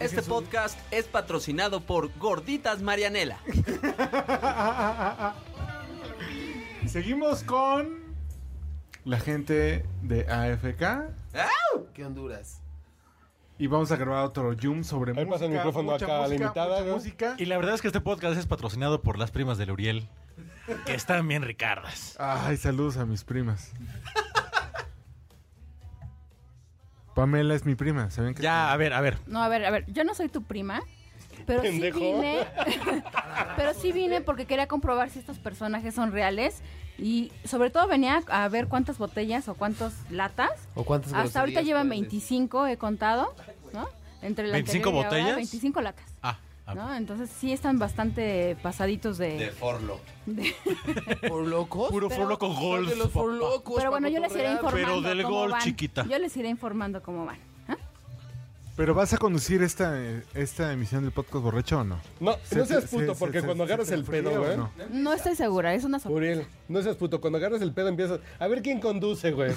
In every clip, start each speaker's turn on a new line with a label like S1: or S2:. S1: Este podcast es patrocinado por Gorditas Marianela.
S2: Seguimos con la gente de AFK
S3: ¿Qué Honduras?
S2: y vamos a grabar otro Zoom sobre
S4: Ahí
S2: música.
S4: pasa el micrófono
S2: mucha
S4: acá a la
S2: música,
S4: invitada,
S2: mucha
S4: güey.
S2: música.
S5: Y la verdad es que este podcast es patrocinado por las primas de Uriel, que están bien ricardas.
S2: Ay, saludos a mis primas. Pamela es mi prima, ¿saben que
S5: Ya, a ver, a ver.
S6: No, a ver, a ver, yo no soy tu prima, pero
S4: Pendejo.
S6: sí vine. pero sí vine porque quería comprobar si estos personajes son reales y sobre todo venía a ver cuántas botellas o cuántas latas.
S3: ¿O cuántas
S6: Hasta ahorita
S3: groserías
S6: llevan
S3: puedes decir?
S6: 25 he contado, ¿no? Entre la
S5: 25
S6: anterior y ahora,
S5: botellas?
S6: 25 latas.
S5: Ah, ah,
S6: ¿No? Entonces sí están bastante pasaditos de...
S1: Forlo.
S6: de-
S3: ¿Por locos?
S5: Puro
S6: Pero-
S5: forlo con
S3: Son
S5: golf.
S3: de los
S5: papá.
S3: por locos.
S6: Pero
S3: para
S6: bueno, yo les iré
S3: cotorrear.
S6: informando
S5: Pero del
S6: cómo
S5: gol,
S6: van.
S5: chiquita.
S6: Yo les iré informando cómo van. ¿Ah?
S2: Pero vas a conducir esta, esta emisión del podcast borracho o no?
S4: No, no
S2: Se-
S4: seas
S2: se-
S4: puto,
S2: se-
S4: porque
S2: se-
S4: cuando
S2: se-
S4: agarras
S2: se-
S4: el
S2: se-
S4: pedo,
S2: ¿o
S4: güey.
S2: no?
S6: No estoy segura, es una sorpresa.
S4: Uriel, no seas puto. Cuando agarras el pedo empiezas. A ver quién conduce, güey.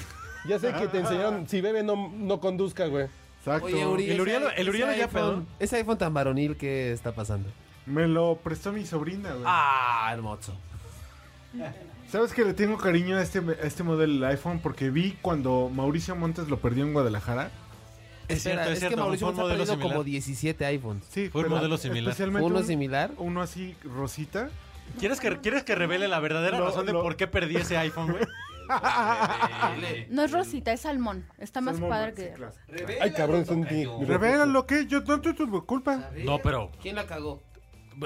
S4: Ya sé que te enseñaron. Si bebe, no, no conduzca, güey.
S2: Exacto.
S3: Oye, Uri,
S5: El
S3: ese
S5: Uriel-
S3: i-
S5: el Uriel
S3: ese
S5: ya
S3: iPhone- Ese iPhone tan varonil, ¿qué está pasando?
S2: Me lo prestó mi sobrina, güey.
S3: Ah, hermoso.
S2: ¿Sabes que le tengo cariño a este, a este modelo del iPhone? Porque vi cuando Mauricio Montes lo perdió en Guadalajara.
S5: Es cierto, es
S3: es que
S5: cierto,
S3: Mauricio
S5: fue un
S3: Montes ha
S5: modelo
S3: perdido
S5: similar.
S3: como 17 iPhones.
S2: Sí,
S5: Fue un
S2: pero
S5: modelo similar.
S2: Especialmente
S3: ¿Uno
S2: un-
S3: similar?
S2: Uno así rosita.
S5: ¿Quieres que, ¿Quieres que revele la verdadera
S2: Lo-
S5: razón de
S2: lo-
S5: por qué perdí ese iPhone, güey?
S6: No es rosita, es salmón. Está más
S2: Salmón,
S6: padre
S2: sí,
S6: que...
S2: claro.
S4: Ay, cabrón, son ti.
S2: Revela lo que yo no tu tuve culpa.
S5: No, pero
S3: ¿Quién la cagó?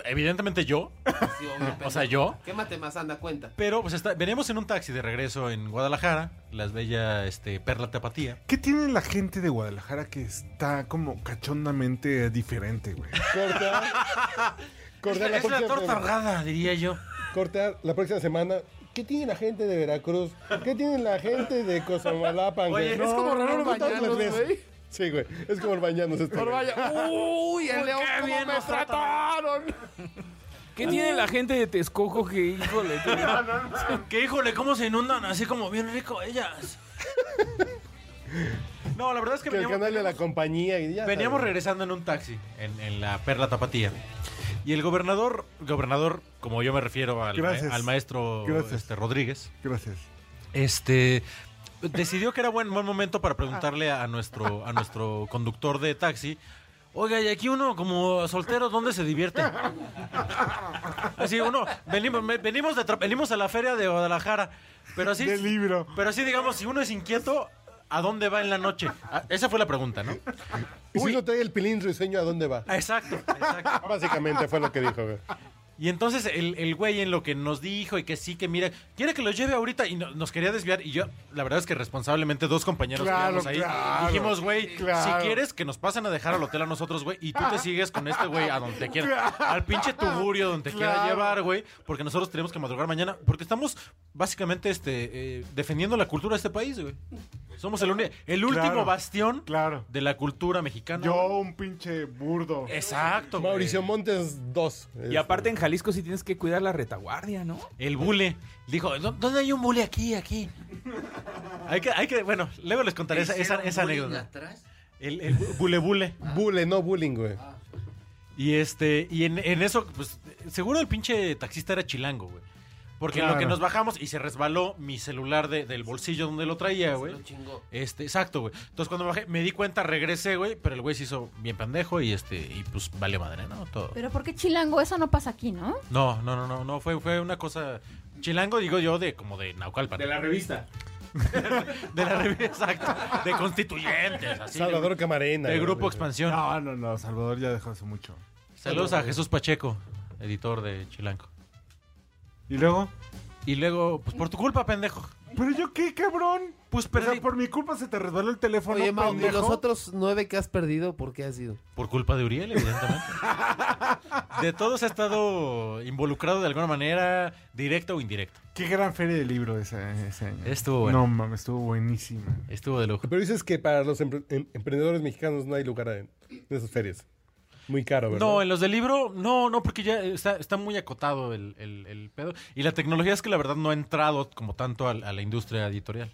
S5: evidentemente yo.
S3: Sí, obvio,
S5: O sea,
S3: pendejo.
S5: yo.
S3: Quémate más, anda, cuenta.
S5: Pero pues está, veníamos en un taxi de regreso en Guadalajara, las bella este, Perla Tapatía.
S2: ¿Qué tiene la gente de Guadalajara que está como cachondamente diferente, güey?
S4: Corta. Corta la
S5: es una
S4: próxima
S5: torta
S4: semana.
S5: ahogada, diría yo.
S4: Corta la próxima semana. ¿Qué tiene la gente de Veracruz? ¿Qué tiene la gente de Cosamalapan,
S5: Oye,
S4: güey?
S5: es
S3: como
S4: no,
S3: Raúl
S4: no, no, no,
S3: Bañanos,
S4: no, no,
S3: güey.
S4: Sí, güey. Es como el bañanos este.
S3: Pero
S4: güey.
S3: vaya, uy, el león
S5: qué
S3: cómo
S5: bien
S3: me
S5: nos tratan?
S3: trataron.
S7: ¿Qué tiene la gente de Texcoco que, híjole?
S5: Que híjole, cómo se inundan así como bien rico ellas. No, la verdad es que,
S4: Que el
S5: veníamos,
S4: canal de la compañía. y ya sabes.
S5: veníamos regresando en un taxi, en, en la Perla Tapatía. Y el gobernador, gobernador, como yo me refiero al, ma-
S2: Gracias.
S5: al maestro
S2: Gracias.
S5: este, Rodríguez,
S2: Gracias.
S5: este decidió que era buen, buen momento para preguntarle a nuestro, a nuestro conductor de taxi. Oiga, y aquí uno como soltero, ¿dónde se divierte? Así uno, venimos, me- venimos, de tra- venimos a la feria de Guadalajara, pero así...
S2: Del libro.
S5: Pero así digamos, si uno es inquieto, ¿a dónde va en la noche? Ah, esa fue la pregunta, ¿no?
S4: Y si no trae el pilín risueño, ¿a dónde va?
S5: Ah, Exacto, exacto.
S4: Básicamente fue lo que dijo, güey.
S5: Y entonces el, el güey en lo que nos dijo y que sí, que mira, quiere que lo lleve ahorita y no- nos quería desviar. Y yo, la verdad es que responsablemente dos compañeros que
S2: Claro,
S5: íbamos ahí
S2: claro,
S5: dijimos, güey,
S2: claro.
S5: si quieres que nos pasen a dejar al hotel a nosotros, güey, y tú te sigues con este güey a donde te quiera, al pinche tugurio donde te quiera
S2: Claro.
S5: llevar, güey, porque nosotros tenemos que madrugar mañana, porque estamos básicamente este eh, defendiendo la cultura de este país, güey. Somos el, uni- el último
S2: Claro,
S5: bastión
S2: claro.
S5: de la cultura mexicana.
S2: Yo,
S5: güey.
S2: un pinche burdo.
S5: Exacto, güey.
S4: Mauricio Montes 2.
S7: Y aparte en Jalisco sí tienes que cuidar la retaguardia, ¿no?
S5: El bule. Dijo, "¿Dó- ¿dónde hay un bule aquí, aquí? hay que, hay que, bueno, luego les contaré esa, esa, esa anécdota. El, el bu- bule bule.
S4: Bule, no bullying, güey.
S5: Y este, y en, en eso, pues, seguro el pinche taxista era chilango, güey. Porque en lo
S2: Claro.
S5: que nos bajamos y se resbaló mi celular de- del bolsillo donde lo traía, güey. Este, exacto, güey. Entonces cuando me bajé, me di cuenta, regresé, güey, pero el güey se hizo bien pendejo y este, y pues valió madre, ¿no? Todo.
S6: Pero ¿por qué chilango? Eso no pasa aquí, ¿no?
S5: No, no, no, no, no, fue, fue una cosa. Chilango, digo yo, de como de Naucalpan.
S7: la revista.
S5: De la revista, exacto. De constituyentes, así.
S4: Salvador
S5: de,
S4: Camarena.
S5: de
S4: güey.
S5: Grupo Expansión.
S2: No, no, no, Salvador ya dejó hace mucho.
S5: Saludos a Jesús Pacheco, editor de Chilanco.
S2: ¿Y luego?
S5: Y luego, pues por tu culpa, pendejo.
S2: ¿Pero yo qué, cabrón?
S5: Pues
S2: O sea,
S5: perdí. por...
S2: por mi culpa se te resbaló el teléfono,
S3: Oye, Mau, de
S2: pendejo.
S3: los otros nueve que has perdido, ¿por qué has sido?
S5: culpa de Uriel, evidentemente. De todos ha estado involucrado de alguna manera, directa o indirecta.
S2: Qué gran feria de libro esa, ese año.
S5: Estuvo bueno.
S2: No, mames, estuvo buenísima.
S5: Estuvo de lujo.
S4: Pero dices que para los empre- em- emprendedores mexicanos no hay lugar en, en esas ferias. Muy caro, ¿verdad?
S5: No, en los del libro, no, no, porque ya está, está muy acotado el, el- el pedo. Y la tecnología es que la verdad no ha entrado como tanto al- a, la industria editorial.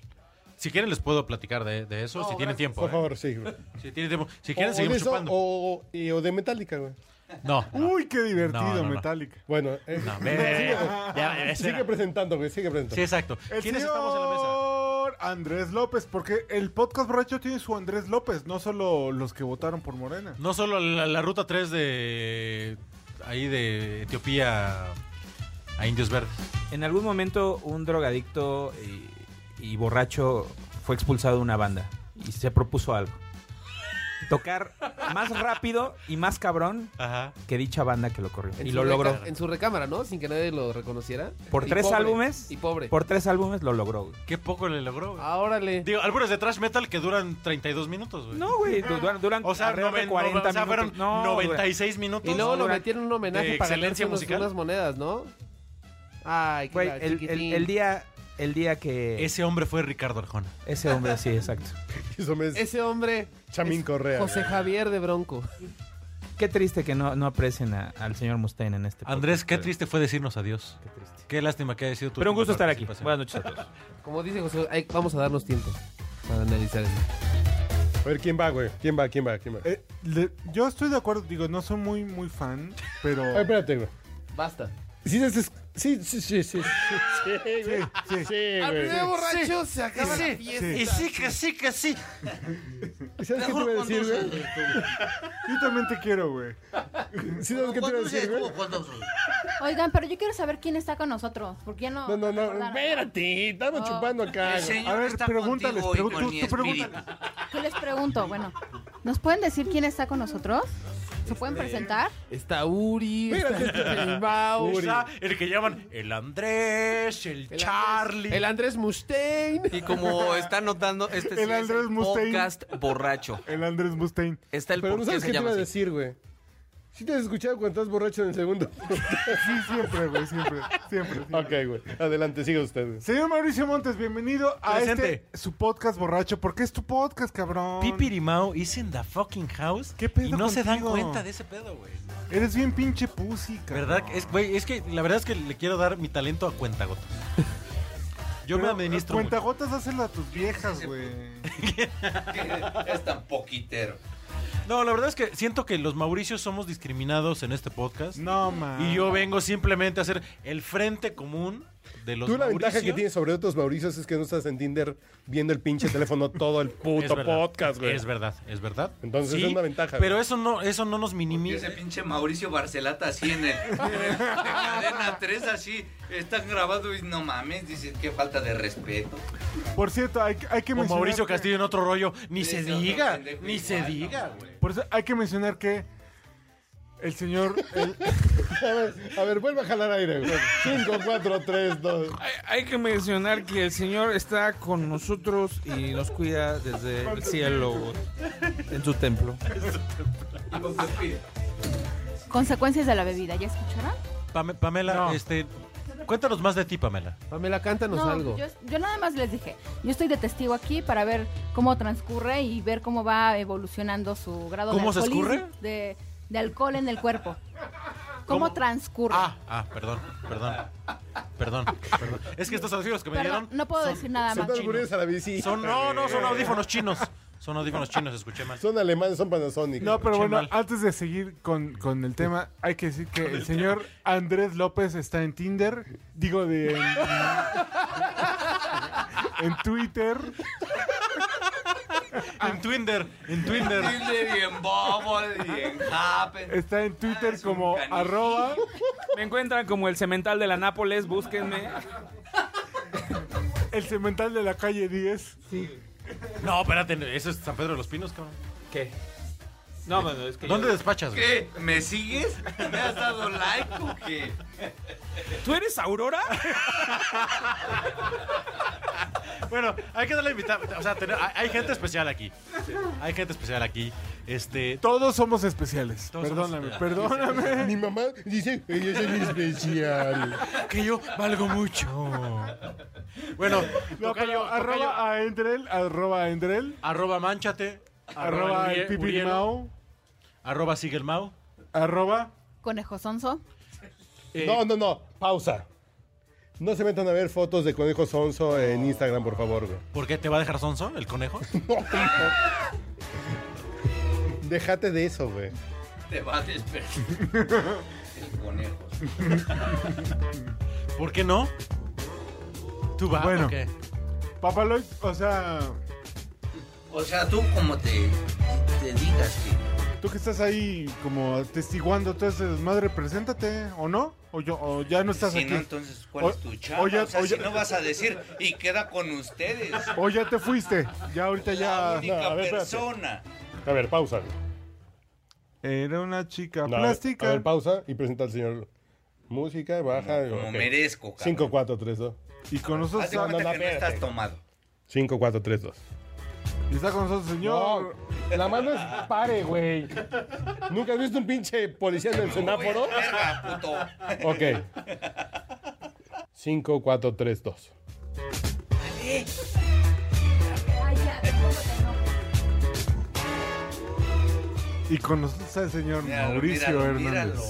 S5: Si quieren les puedo platicar de, de eso, si tienen tiempo.
S4: Por
S5: ¿eh?
S4: favor, sí. güey.
S5: Si tienen tiempo. Si
S4: O,
S5: quieren
S4: o de
S5: seguimos
S4: eso,
S5: chupando.
S4: o, y- o de Metallica, güey.
S5: No. no.
S2: Uy, qué divertido,
S5: No, no, no.
S2: Metallica.
S4: Bueno, eh,
S5: No, ve, ve, ve. Ya, ese
S4: sigue
S5: era.
S4: presentando, güey, sigue
S5: Sí,
S4: presentando.
S5: exacto.
S2: El
S5: ¿Quiénes estamos en la mesa?
S2: señor Andrés López, porque el podcast borracho tiene su Andrés López, no solo los que votaron por Morena.
S5: No solo la, la ruta 3 de. Ahí de Etiopía a Indios Verdes.
S7: En algún momento un drogadicto eh, y, y borracho fue expulsado de una banda y se propuso algo. Tocar más rápido y más cabrón
S5: Ajá.
S7: que dicha banda que lo corrió.
S3: En
S7: Y
S3: su
S7: lo
S3: reca-
S7: logró.
S3: En su recámara, ¿no? Sin que nadie lo reconociera.
S7: Por
S3: Y
S7: tres
S3: pobre,
S7: álbumes.
S3: Y pobre.
S7: Por tres álbumes lo logró. güey.
S5: Qué poco le logró. güey.
S3: Ah, órale.
S5: Digo, álbumes de trash metal que duran 32 minutos, güey.
S7: No, güey, du- duran, duran
S5: O sea,
S7: alrededor de
S5: noven-
S7: 40
S5: o sea, fueron
S7: minutos. No, güey.
S5: 96 minutos.
S3: Y luego lo
S7: dura-
S3: metieron en un homenaje
S5: de
S3: para ganarse
S5: excelencia
S3: unos-
S5: musical.
S3: unas monedas, ¿no? Ay, qué
S7: Güey,
S3: la-
S7: el, el-
S3: chiquitín.
S7: el día, el día que
S5: Ese hombre fue Ricardo Arjona.
S7: ese hombre, sí, exacto.
S4: Eso me es
S3: Ese hombre.
S4: Chamín
S3: es
S4: Correa.
S3: José Javier de Bronco.
S7: Qué triste que no, no aprecien a- al señor Mustaine en este
S5: Andrés,
S7: podcast,
S5: qué
S7: pero-
S5: triste fue decirnos adiós.
S7: Qué triste.
S5: Qué lástima que haya sido tu
S7: Pero un gusto estar
S5: última
S7: aquí.
S5: participación.
S7: Buenas noches a todos.
S3: Como dice José, ay, vamos a darnos tiempo para analizar eso.
S4: A ver, ¿quién va, güey? ¿Quién va, quién va, quién va?
S2: Eh, le- yo estoy de acuerdo, digo, no soy muy, muy fan, pero...
S4: A ver, espérate, güey.
S3: Basta.
S4: Sí, sí, sí, sí, sí, sí, sí, sí, güey.
S2: sí.
S4: Sí,
S3: Al
S4: güey.
S3: primer borracho se acaba la fiesta.
S2: sí.
S5: sí, que sí, que sí.
S4: ¿Y ¿Sabes qué te iba a decir, güey?
S2: Yo también te quiero, güey.
S4: ¿Sí sabes qué te iba a decir, güey?
S6: Oigan, pero yo quiero saber quién está con nosotros, porque ya no.
S4: No, no, no,
S6: recordaron.
S4: espérate, estamos
S6: No.
S4: chupando acá. güey.
S2: A ver, pregúntales,
S8: contigo
S2: pregun-
S8: y con
S2: tú-
S8: mi
S2: tú
S8: espíritu.
S2: pregúntales.
S6: ¿Qué les pregunto? Bueno, ¿nos pueden decir quién está con nosotros? ¿Se pueden presentar?
S3: Está Uri, está el Mau,
S4: Uri.
S5: Está el que llaman el Andrés, el,
S3: el
S5: Charlie.
S3: Andrés- el Andrés Mustaine.
S8: Y como están notando, este sí
S2: El
S8: es
S2: Andrés
S8: el
S2: Mustaine.
S8: podcast borracho.
S2: El Andrés Mustaine.
S8: Está el
S4: Pero no
S8: por qué
S4: sabes
S8: se
S4: qué te iba
S8: llama
S4: a
S8: así.
S4: decir, güey. Sí te has escuchado cuando estás borracho en el segundo.
S2: Sí, siempre, güey, siempre, siempre. siempre.
S4: ok, güey. Adelante, siga usted, güey.
S2: Señor Mauricio Montes, bienvenido a
S5: Presente.
S2: este, su podcast borracho, porque es tu podcast, cabrón.
S5: Pipirimao is in the fucking house.
S2: ¿Qué pedo
S5: y no se dan
S2: contigo?
S5: cuenta de ese pedo, güey.
S2: Eres bien pinche pussy, cabrón.
S5: ¿Verdad? Es, güey, es que la verdad es que le quiero dar mi talento a cuentagotas. Yo me
S2: Pero,
S5: administro. mucho.
S2: Cuentagotas, hazelo a tus viejas, güey.
S8: Es tan poquitero.
S5: No, la verdad es que siento que los Mauricios somos discriminados en este podcast.
S2: No, man.
S5: Y yo vengo simplemente a hacer el frente común de los
S4: Tú la ventaja
S5: Mauricios.
S4: que tienes sobre otros Mauricios es que no estás en Tinder viendo el pinche teléfono todo el
S5: Es
S4: puto
S5: verdad,
S4: podcast, güey.
S5: Es verdad, es verdad.
S4: Entonces, es una ventaja,
S5: Pero
S4: güey.
S5: eso no, eso no nos
S8: Y ese
S5: minimiza.
S8: pinche Mauricio Barcelata así en el. en cadena 3 así. Están grabando y no mames. Dicen qué falta de respeto.
S2: Por cierto, hay, hay que
S5: Con
S2: mencionar...
S5: Mauricio
S2: que-
S5: Castillo en otro rollo, ni
S8: Sí,
S5: se
S8: sí, otro
S5: diga,
S8: pendejo
S5: ni
S8: igual,
S5: se
S8: no,
S5: diga,
S8: no,
S5: güey.
S2: Por eso hay que mencionar que el señor... el-
S4: A ver, a ver, vuelve a jalar aire, güey. 5, 4, 3, 2.
S7: Hay, hay que mencionar que el Señor está con nosotros y nos cuida desde el cielo, güey, en su templo.
S6: Consecuencias de la bebida, ¿ya escucharon?
S5: Pame- Pamela,
S7: No.
S5: este, cuéntanos más de ti, Pamela.
S3: Pamela, cántanos algo.
S6: Yo, yo nada más les dije, yo estoy de testigo aquí para ver cómo transcurre y ver cómo va evolucionando su grado de,
S5: ¿Cómo se
S6: alcoholismo-
S5: escurre?
S6: de, de alcohol en el cuerpo. ¿Cómo,
S5: ¿Cómo?
S6: transcurre?
S5: Ah, ah, perdón, perdón, perdón, perdón. Es que estos audífonos que me
S6: Perdón,
S5: dieron
S6: no puedo decir nada
S4: Son
S6: más.
S4: albures a la bici.
S5: son, no, no, son audífonos chinos. Son audífonos chinos, escuché mal.
S4: Son alemanes, son Panasonic.
S2: No, pero
S5: Escuché
S2: bueno,
S5: mal.
S2: antes de seguir con, con el tema, hay que decir que el señor Andrés López está en Tinder, digo, de, en, en Twitter,
S5: En Twinder, en Twinder.
S8: Tinder y en Bubble y en Happen.
S2: está en
S7: Ah,
S2: Twitter
S8: Es un
S2: como
S8: canijo.
S2: arroba,
S7: Me encuentran como el cemental de la Nápoles, búsquenme.
S2: el cemental de la calle 10.
S5: No, espérate, eso es San Pedro de los Pinos, cabrón.
S7: ¿Qué? No, bueno, es que
S5: ¿Dónde
S7: yo-
S5: despachas, güey?
S8: ¿Qué? ¿Me sigues? ¿Me has dado like o qué?
S7: ¿Tú eres Aurora?
S5: Bueno, hay que darle invitación. O sea, tener- hay, hay gente especial aquí. Hay gente especial aquí. Este,
S2: Todos somos especiales.
S5: Todos somos
S2: perdóname,
S5: especiales.
S2: perdóname.
S4: Mi mamá dice, ella es mi especial.
S5: que yo valgo mucho. Bueno,
S2: No, pero
S5: tocayo, tocayo,
S2: arroba a Endrel, arroba a Endrel,
S5: arroba manchate,
S2: arroba
S5: Urie-
S2: el
S5: Urielo,
S2: pipirimao,
S5: arroba sigelmao.
S2: arroba
S6: Conejo Sonso.
S5: eh,
S4: No, no, no, pausa. No se metan a ver fotos de Conejo Sonso en Instagram, por favor, güey.
S5: ¿Por qué te va a dejar sonso el conejo?
S4: Déjate de eso, güey.
S8: Te va a despertar. El conejo.
S5: ¿Por qué no? ¿Tú vas?
S2: Bueno.
S5: o qué?
S2: Papá Lloyd, o sea,
S8: O sea, tú como te, te digas que...
S2: tú que estás ahí como atestiguando todo ese desmadre, preséntate, ¿o no? ¿O, yo, o ya no estás
S8: si
S2: aquí?
S8: no, entonces, ¿cuál
S2: O-
S8: es tu chamba? O,
S2: oye,
S8: sea,
S2: oye-
S8: si no vas a decir, y queda con ustedes.
S2: O ya te fuiste, ya ahorita
S8: La
S2: ya...
S8: única
S4: no, a ver, espérate.
S8: persona.
S4: A ver, pausa. güey.
S2: Era una chica
S4: No, a ver,
S2: plástica.
S4: A ver, pausa y presenta al señor. Música, baja.
S8: Como
S4: ok.
S8: merezco, cabrón.
S4: 5, 4, 3, 2.
S2: y con nosotros
S8: Haz de
S2: está,
S8: cuenta
S4: no,
S8: que no estás
S4: espérate.
S8: tomado.
S4: 5, 4, 3, 2.
S2: está con nosotros el señor.
S4: No, la mano es pare, güey. ¿Nunca has visto un pinche policía en el semáforo?
S8: Oye, verga, puto.
S4: Ok. 5, 4, 3, 2.
S6: Ay, ya, no.
S2: Y con nosotros está el señor
S8: Míralo,
S2: Mauricio
S8: míralo,
S2: Hernández.
S8: míralo.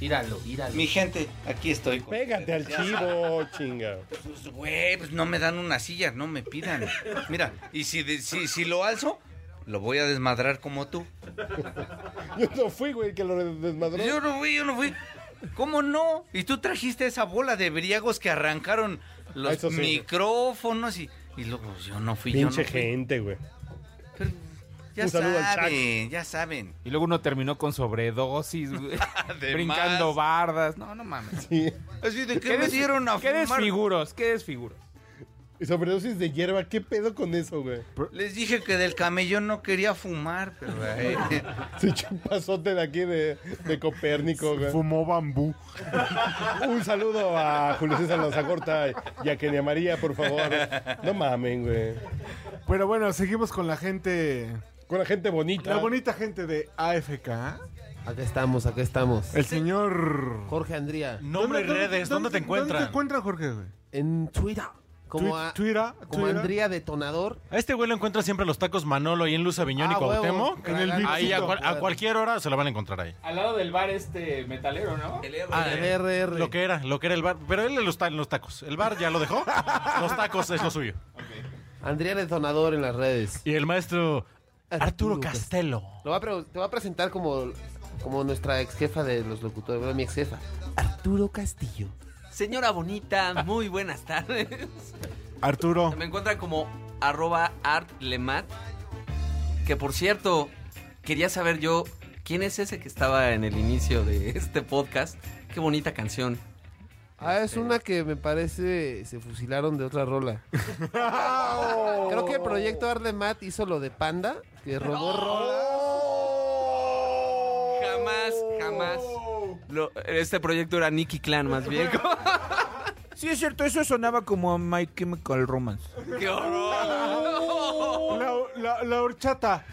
S1: Tíralo, tíralo.
S8: Mi gente, aquí estoy. con
S4: Pégate al
S8: ustedes.
S4: chivo, chinga.
S8: Pues, güey, pues no me dan una silla, no me pidan. Mira, y si, de- si, si lo alzo, lo voy a desmadrar como tú.
S4: Yo no fui, güey, que lo desmadró.
S8: Yo no fui, yo no fui. ¿Cómo no? Y tú trajiste esa bola de briagos que arrancaron los
S4: Eso sí.
S8: micrófonos y, y luego pues, yo no fui, yo
S4: Pinche
S8: no fui.
S4: gente, güey.
S8: Pero ya
S4: Un saludo al
S8: saben, ya saben.
S7: Y luego uno terminó con sobredosis, güey.
S8: De
S7: brincando
S8: más.
S7: bardas. No, no mames.
S4: Sí.
S8: Así de que
S7: ¿Qué
S8: me
S7: des-
S8: dieron a
S7: ¿Qué
S8: fumar.
S7: desfiguros? ¿Qué desfiguros?
S4: Y Sobredosis de hierba, ¿qué pedo con eso, güey?
S8: Les dije que del camellón no quería fumar, pero eh,
S4: Se echó un pasote de aquí de, de Copérnico, güey.
S2: Fumó bambú.
S4: Un saludo a Julio César Lanzagorta y a Kenia María, por favor. No mamen, güey.
S2: Pero bueno, seguimos con la gente.
S4: Con la gente bonita.
S2: La bonita gente de AFK.
S3: Acá estamos, acá estamos.
S2: El señor.
S3: Jorge Andría.
S5: Nombre y redes, ¿dónde, te encuentran?
S2: ¿Dónde te encuentran, Jorge? güey?
S3: En Twitter. Como,
S2: Twi-
S3: a-
S2: Twitter,
S3: como
S2: Twitter.
S3: Andría Detonador.
S5: A este güey lo encuentra siempre en los tacos Manolo y en Luz Aviñón y
S3: Ah, huevo.
S5: Cuauhtémoc.
S2: En el
S5: Ahí a,
S2: Bigcito.
S5: cual- a cualquier hora se lo van a encontrar ahí.
S9: Al lado del bar este metalero, ¿no?
S7: Ah,
S3: RR.
S5: Ah, eh, Lo que era, lo que era el bar. Pero él lo está en los tacos. El bar ya lo dejó. Los tacos es lo suyo.
S3: Andría Detonador en las redes.
S5: Y el maestro Arturo Castelo.
S3: Lo va a pre- te va a presentar como, como nuestra ex jefa de los locutores. Bueno, mi ex jefa. Arturo Castillo.
S1: Señora bonita, muy buenas tardes.
S2: Arturo.
S1: Me encuentran como arroba artlemat. Que por cierto, quería saber yo quién es ese que estaba en el inicio de este podcast. Qué bonita canción.
S3: Ah,
S5: Este.
S3: es una que me parece se fusilaron de otra rola. Creo que el proyecto Arle Matt hizo lo de Panda, que robó
S1: ¡Oh!
S3: rolas.
S1: Jamás, jamás. Lo- este proyecto era Nicky Clan más bien.
S7: Sí, es cierto, eso sonaba como a My Chemical Romance.
S1: ¡Qué horror!
S2: La, la- la horchata.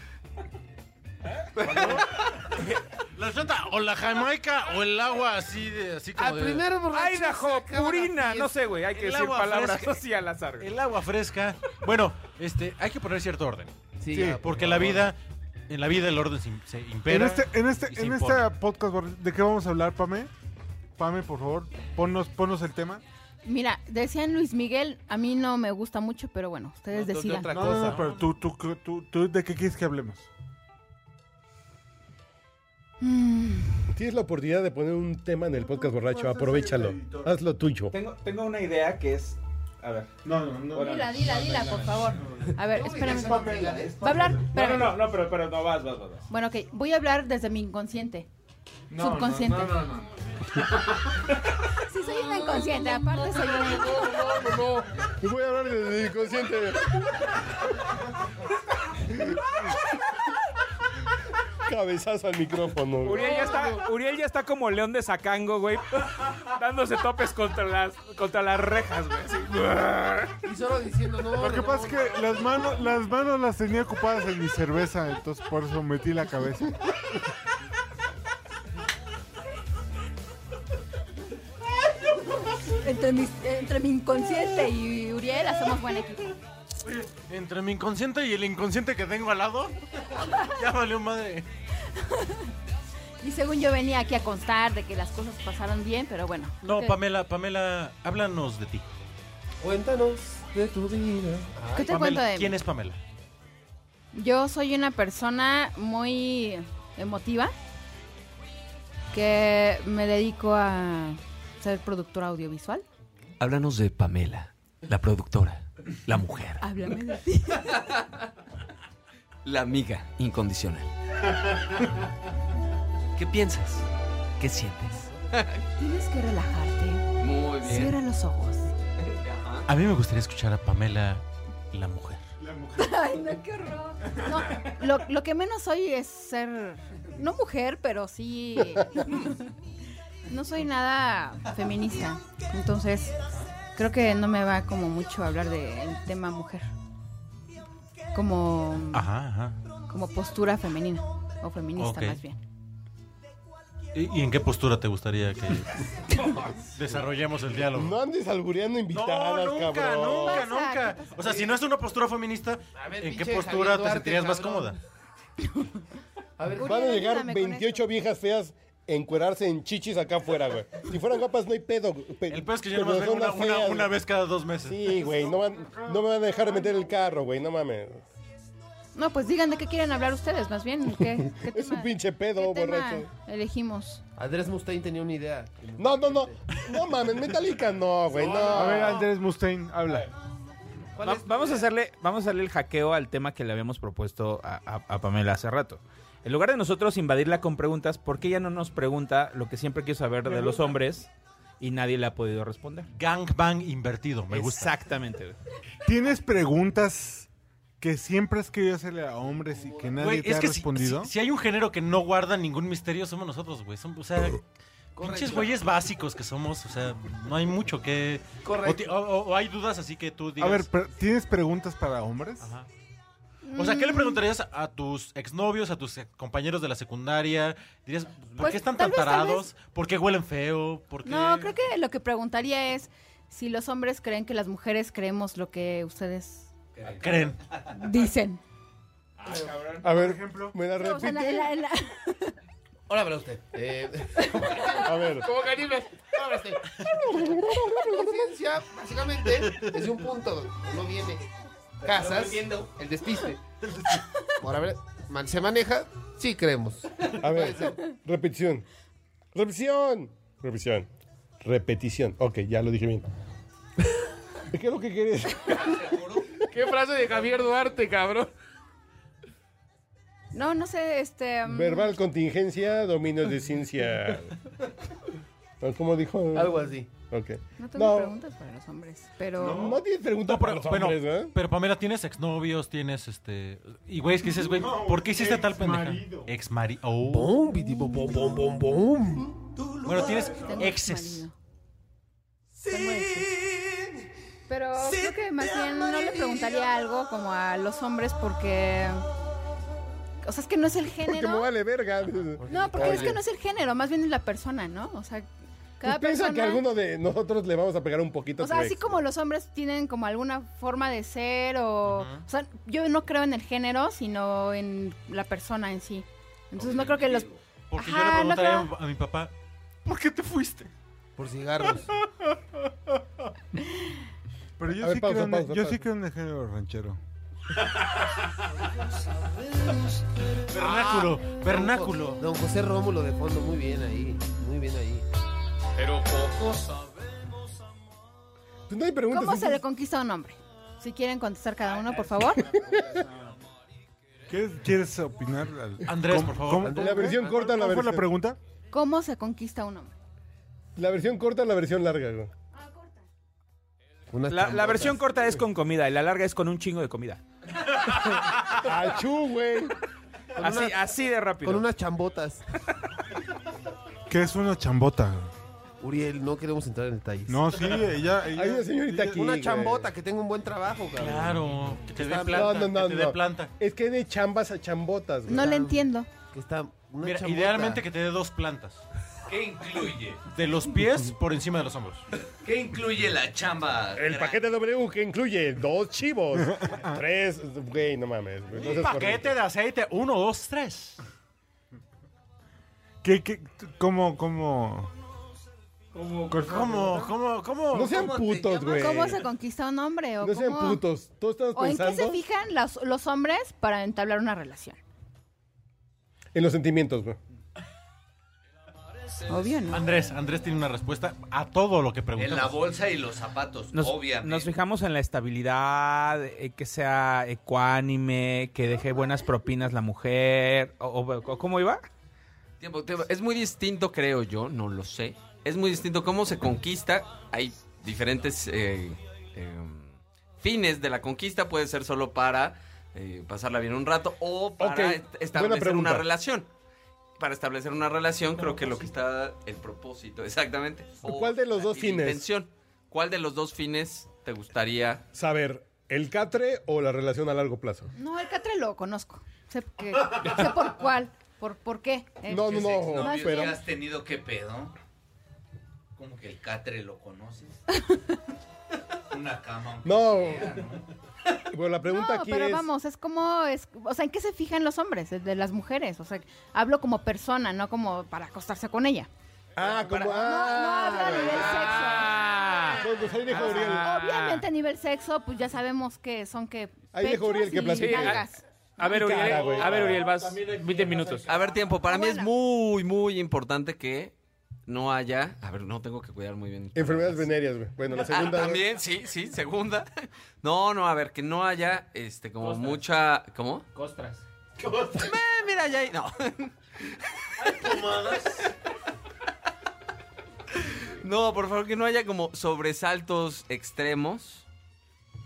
S5: La chata, o la Jamaica o el agua así de así como
S3: Al
S5: de-
S3: primer Ah, borracho se
S7: Idaho,
S3: acaba la
S7: Purina,
S3: fiesta.
S7: no sé, güey, hay que
S5: El
S7: decir
S5: agua
S7: palabras
S5: fresca.
S7: así al azar. güey.
S5: El agua fresca. Bueno, este, hay que poner cierto orden.
S3: Sí,
S2: Sí,
S3: ya, por
S5: Porque la
S3: favor.
S5: vida, en la vida el orden se, se
S2: En
S5: impera.
S2: este, en
S5: y
S2: este,
S5: se
S2: en
S5: impone.
S2: este podcast, borr- ¿de qué vamos a hablar, Pame? Pame, por favor, ponnos, ponnos el tema.
S6: Mira, decían Luis Miguel, a mí no me gusta mucho, pero bueno, ustedes
S7: No, no,
S6: decidan.
S7: otra
S2: No, no, no,
S7: cosa.
S2: pero tú, tú, tú, tú, tú, ¿de qué quieres que hablemos?
S6: Mm,
S4: Tienes la oportunidad de poner un tema en el podcast borracho, aprovechalo. Hazlo tuyo.
S9: Tengo, tengo una idea que es. A ver.
S2: No, no, no.
S9: Hola.
S6: dila, dila, dila, por favor. A ver, espérame.
S2: Pame.
S6: Va a hablar.
S9: No, no,
S6: espérame.
S9: no, no, pero, pero no vas, vas, vas. vas.
S6: Bueno, ok, voy a hablar desde mi inconsciente. subconsciente.
S2: No, no, no. no.
S6: Sí, soy una inconsciente, aparte soy una...
S4: No, no, no. Voy a hablar desde inconsciente. Cabezazo al micrófono. güey.
S7: Uriel ya, está, Uriel ya está como león de sacango, güey, dándose topes contra las, contra las rejas, güey. así.
S3: Y solo diciendo, no.
S2: Lo que
S3: no,
S2: pasa es
S3: no.
S2: que las manos, las manos las tenía ocupadas en mi cerveza, entonces por eso metí la cabeza.
S6: Entre, mis- entre mi inconsciente y Uriel hacemos buen equipo.
S5: Entre mi inconsciente y el inconsciente que tengo al lado, ya valió madre.
S6: Y según yo venía aquí a constar de que las cosas pasaron bien, pero bueno.
S5: No,
S6: ¿Qué-
S5: Pamela, Pamela, háblanos de ti.
S4: Cuéntanos de tu vida.
S6: ¿Qué te
S5: Pamela,
S6: cuento de mí?
S5: ¿Quién es Pamela?
S6: Yo soy una persona muy emotiva que me dedico a ser productora audiovisual.
S1: Háblanos de Pamela, la productora, la mujer,
S6: Háblame de ti.
S1: la amiga incondicional. ¿Qué piensas? ¿Qué sientes?
S6: Tienes que relajarte.
S1: Muy
S6: Cierra los ojos.
S5: A mí me gustaría escuchar a Pamela, la mujer.
S6: Ay, no, qué horror. No, lo, lo que menos soy es ser, no mujer, pero sí... No soy nada feminista, entonces creo que no me va como mucho hablar del tema mujer. Como...
S5: Ajá, ajá.
S6: como postura femenina o feminista
S5: Ok.
S6: más bien.
S5: ¿Y, y en qué postura te gustaría que desarrollemos el diálogo?
S4: No andes albureando invitadas, cabrón.
S5: nunca, nunca,
S6: ¿Qué pasa?
S5: nunca.
S6: ¿Qué pasa?
S5: O sea, si no es una postura feminista,
S3: A ver,
S5: ¿en qué
S3: pinche
S5: postura
S3: Javier
S5: te
S3: Duarte,
S5: sentirías más
S3: cabrón.
S5: cómoda?
S3: A ver,
S4: Van a
S6: Ayúdame
S4: llegar
S6: con
S4: 28
S6: esto.
S4: viejas feas a encuerarse en chichis acá afuera, güey. Si fueran guapas no hay pedo. pe-
S5: El peor es que yo
S4: pero
S5: nomás vengo
S4: son
S5: una,
S4: las
S5: una-
S4: feas,
S5: una
S4: güey.
S5: vez cada dos meses.
S4: Sí, güey, no, van- no me van a dejar meter el carro, güey, no mames.
S6: No, pues digan de qué quieren hablar ustedes, más bien. ¿Qué, qué
S4: Es
S6: tema-
S4: un pinche pedo,
S6: qué tema
S4: borracho.
S6: elegimos?
S3: Andrés Mustaine tenía una idea.
S4: No, no, no. No mames, Metallica no, güey, no.
S2: A ver, Andrés Mustaine, habla.
S3: ¿Cuál
S7: Va-
S3: es Eh. tu
S7: vamos, a
S3: idea?
S7: hacerle, vamos a hacerle el hackeo al tema que le habíamos propuesto a, a- a Pamela hace rato. En lugar de nosotros invadirla con preguntas, ¿por qué ella no nos pregunta lo que siempre quiso saber de los hombres y nadie le ha podido responder?
S5: Gangbang invertido, me gusta.
S7: Exactamente. güey.
S2: ¿Tienes preguntas que siempre has querido hacerle a hombres y que nadie
S5: Güey,
S2: te ha
S5: si-
S2: respondido?
S5: Si, si hay un género que no guarda ningún misterio, somos nosotros, güey. Son- O sea, pinches güeyes básicos que somos. O sea, no hay mucho que. O, ti- o- o- o hay dudas así que tú digas.
S2: a ver, pero ¿tienes preguntas para hombres?
S5: Ajá. O sea, ¿qué le preguntarías a tus exnovios, a tus compañeros de la secundaria? Dirías, ¿por
S6: Pues,
S5: qué están
S6: tal
S5: tan
S6: vez, tal
S5: tarados? ¿Por qué huelen feo? ¿Por qué-
S6: No, creo que lo que preguntaría es si los hombres creen que las mujeres creemos lo que ustedes
S5: creen.
S6: dicen.
S4: A ver, ejemplo. ¿Me la
S6: No, o sea, en la- en
S4: repite?
S6: la- en la-
S3: Hola, habla usted. Eh,
S4: A ver.
S3: como Caníbal. Hola, habla usted. La conciencia, básicamente, desde un punto uno viene. Casas, el despiste. Por haber, man- se maneja, sí creemos.
S4: A ver, repetición. Repetición. Repetición. Repetición. Ok, ya lo dije bien. ¿Qué es lo que quieres?
S3: ¿Qué frase de Javier Duarte, cabrón?
S6: no, no sé, este... mm,
S4: Verbal contingencia, dominios de ciencia. ¿No? ¿Cómo dijo?
S3: Algo así.
S4: Ok.
S6: No tengo
S4: No,
S6: preguntas para los hombres, pero...
S4: no tienes preguntas
S5: No,
S4: para
S5: pero,
S4: los
S5: bueno,
S4: hombres, ¿eh?
S5: pero Pamela, tienes exnovios, tienes este. Y güey, es que dices, güey, ¿por qué hiciste tal pendeja?
S2: exmarido.
S5: Ex marido. Bueno, tienes
S6: Tengo
S5: exes.
S6: marido. Tengo exes. Pero creo que más bien no le preguntaría algo como a los hombres porque... O sea, es que no es el
S4: Porque me
S6: género.
S4: vale verga.
S6: No, porque es que no es el género, más bien es la persona, ¿no? O sea, cada
S4: Pues piensa
S6: persona...
S4: que a alguno de nosotros le vamos a pegar un poquito
S6: O sea,
S4: a tu
S6: así
S4: ex.
S6: como los hombres tienen como alguna forma de ser o... O sea, yo no creo en el género, sino en la persona en sí. Entonces no creo que los...
S5: Porque yo
S6: Ajá,
S5: le preguntaría
S6: no
S5: a mi papá, ¿por qué te fuiste?
S3: Por cigarros.
S2: Pero yo,
S4: A ver,
S2: sí,
S4: pausa,
S2: creo en,
S4: pausa,
S2: yo
S4: pausa.
S2: sí creo en el género ranchero.
S5: Vernáculo, vernáculo.
S3: Ah, Don José Rómulo de fondo, muy bien ahí. Muy bien ahí.
S9: Pero pocos.
S4: Pues no hay preguntas.
S6: ¿Cómo se le
S4: entonces-
S6: conquista a un hombre? Si quieren contestar cada uno, por favor.
S2: ¿Quieres, quieres opinar? al-
S5: Andrés, por favor. ¿Eh?
S4: La versión corta, la
S2: ¿Cuál fue la
S4: versión.
S2: pregunta?
S6: ¿Cómo se conquista un hombre?
S4: La versión corta, la versión larga, güey.
S3: Unas
S7: La, la
S3: trampotas.
S7: versión corta es con comida y la larga es con un chingo de comida.
S4: ¡Achú, güey!
S7: Así, así de rápido.
S3: Con unas chambotas.
S2: ¿Qué es una chambota?
S3: Uriel, no queremos entrar en detalles.
S2: No, sí, ella... ella
S4: Hay una señorita
S2: ella-
S4: aquí.
S3: Una
S4: güey.
S3: chambota, que tenga un buen trabajo, cabrón.
S5: Claro, que te dé
S3: Está-
S5: planta.
S4: no, no,
S5: que te
S4: no.
S5: dé planta.
S4: Es que hay de chambas a chambotas, güey.
S6: No le entiendo.
S3: Que está una
S5: Mira,
S3: chambota.
S5: idealmente que te dé dos plantas.
S8: ¿Qué incluye?
S5: De los pies por encima de los hombros.
S8: ¿Qué incluye la chamba?
S4: El paquete W que incluye dos chivos, tres, güey, no mames. güey, no seas
S5: Un paquete de aceite. Uno, dos, tres.
S2: ¿Qué, qué, t- cómo, cómo?
S9: Como
S5: ¿Cómo? ¿Cómo? ¿Cómo?
S4: No sean
S8: ¿Cómo te
S4: putos,
S8: llamas?
S4: güey.
S6: ¿Cómo se conquista un hombre? ¿O,
S4: No sean
S6: cómo-
S4: putos. Todos estamos
S6: ¿O en qué se
S4: pensando
S6: fijan los, los hombres para entablar una relación?
S4: en los sentimientos, güey.
S6: Obvio, ¿no?
S5: Andrés, Andrés tiene una respuesta a todo lo que
S8: En la
S5: preguntamos.
S8: bolsa ¿eh? y los zapatos,
S7: Nos,
S8: obviamente.
S7: nos fijamos en la estabilidad, eh, que sea ecuánime, que deje buenas propinas la mujer. O, o- o- ¿Cómo iba?
S1: Tiempo, tiempo. Es muy distinto, creo yo, no lo sé. Es muy distinto cómo se conquista. Hay diferentes eh, eh, fines de la conquista. Puede ser solo para eh, pasarla bien un rato o para
S4: Ok,
S1: est- establecer
S4: pregunta.
S1: una relación. Para establecer una relación, creo que lo que está el propósito, exactamente. O
S4: ¿Cuál de los dos
S1: la
S4: fines?
S1: intención. ¿Cuál de los dos fines te gustaría?
S4: Saber, ¿el catre o la relación a largo plazo?
S6: No, el catre lo conozco. Sé, que- sé por cuál, por, por qué. ¿eh?
S4: No,
S8: ¿Qué
S4: no, no.
S8: exnovios
S4: pero-
S8: que has tenido qué pedo? Como que el catre lo conoces. Una cama. aunque
S4: No.
S8: sea, ¿no?
S4: Bueno, la pregunta
S6: no,
S4: aquí
S6: pero
S4: es...
S6: vamos, es como, es, o sea, ¿en qué se fijan los hombres de- de las mujeres? O sea, hablo como persona, no como para acostarse con ella.
S4: Ah, como...
S6: No, no hablo a nivel sexo.
S4: ah, pues, pues ahí dijo Uriel.
S1: Ah.
S6: Obviamente a nivel sexo, pues ya sabemos que son que
S4: Ahí
S6: pechos
S4: dejó Uriel que
S6: y
S4: platique.
S1: Ah,
S6: nalgas.
S7: A ver,
S4: Cara,
S7: Uriel,
S4: güey.
S7: a ver, Uriel, vas 20 minutos.
S1: A ver, tiempo. Para mí es
S6: Ah, Bueno.
S1: muy, muy importante que no haya. A ver, no tengo que cuidar muy bien. mis
S4: Enfermedades
S1: palabras.
S4: venéreas, güey. Bueno, la
S1: Ah,
S4: segunda...
S1: también, sí, sí, segunda. No, no, a ver, que no haya, este, como mucha, ¿cómo?
S7: Costras.
S1: Eh, mira, ya, hay- no. No, por favor, que no haya como sobresaltos extremos.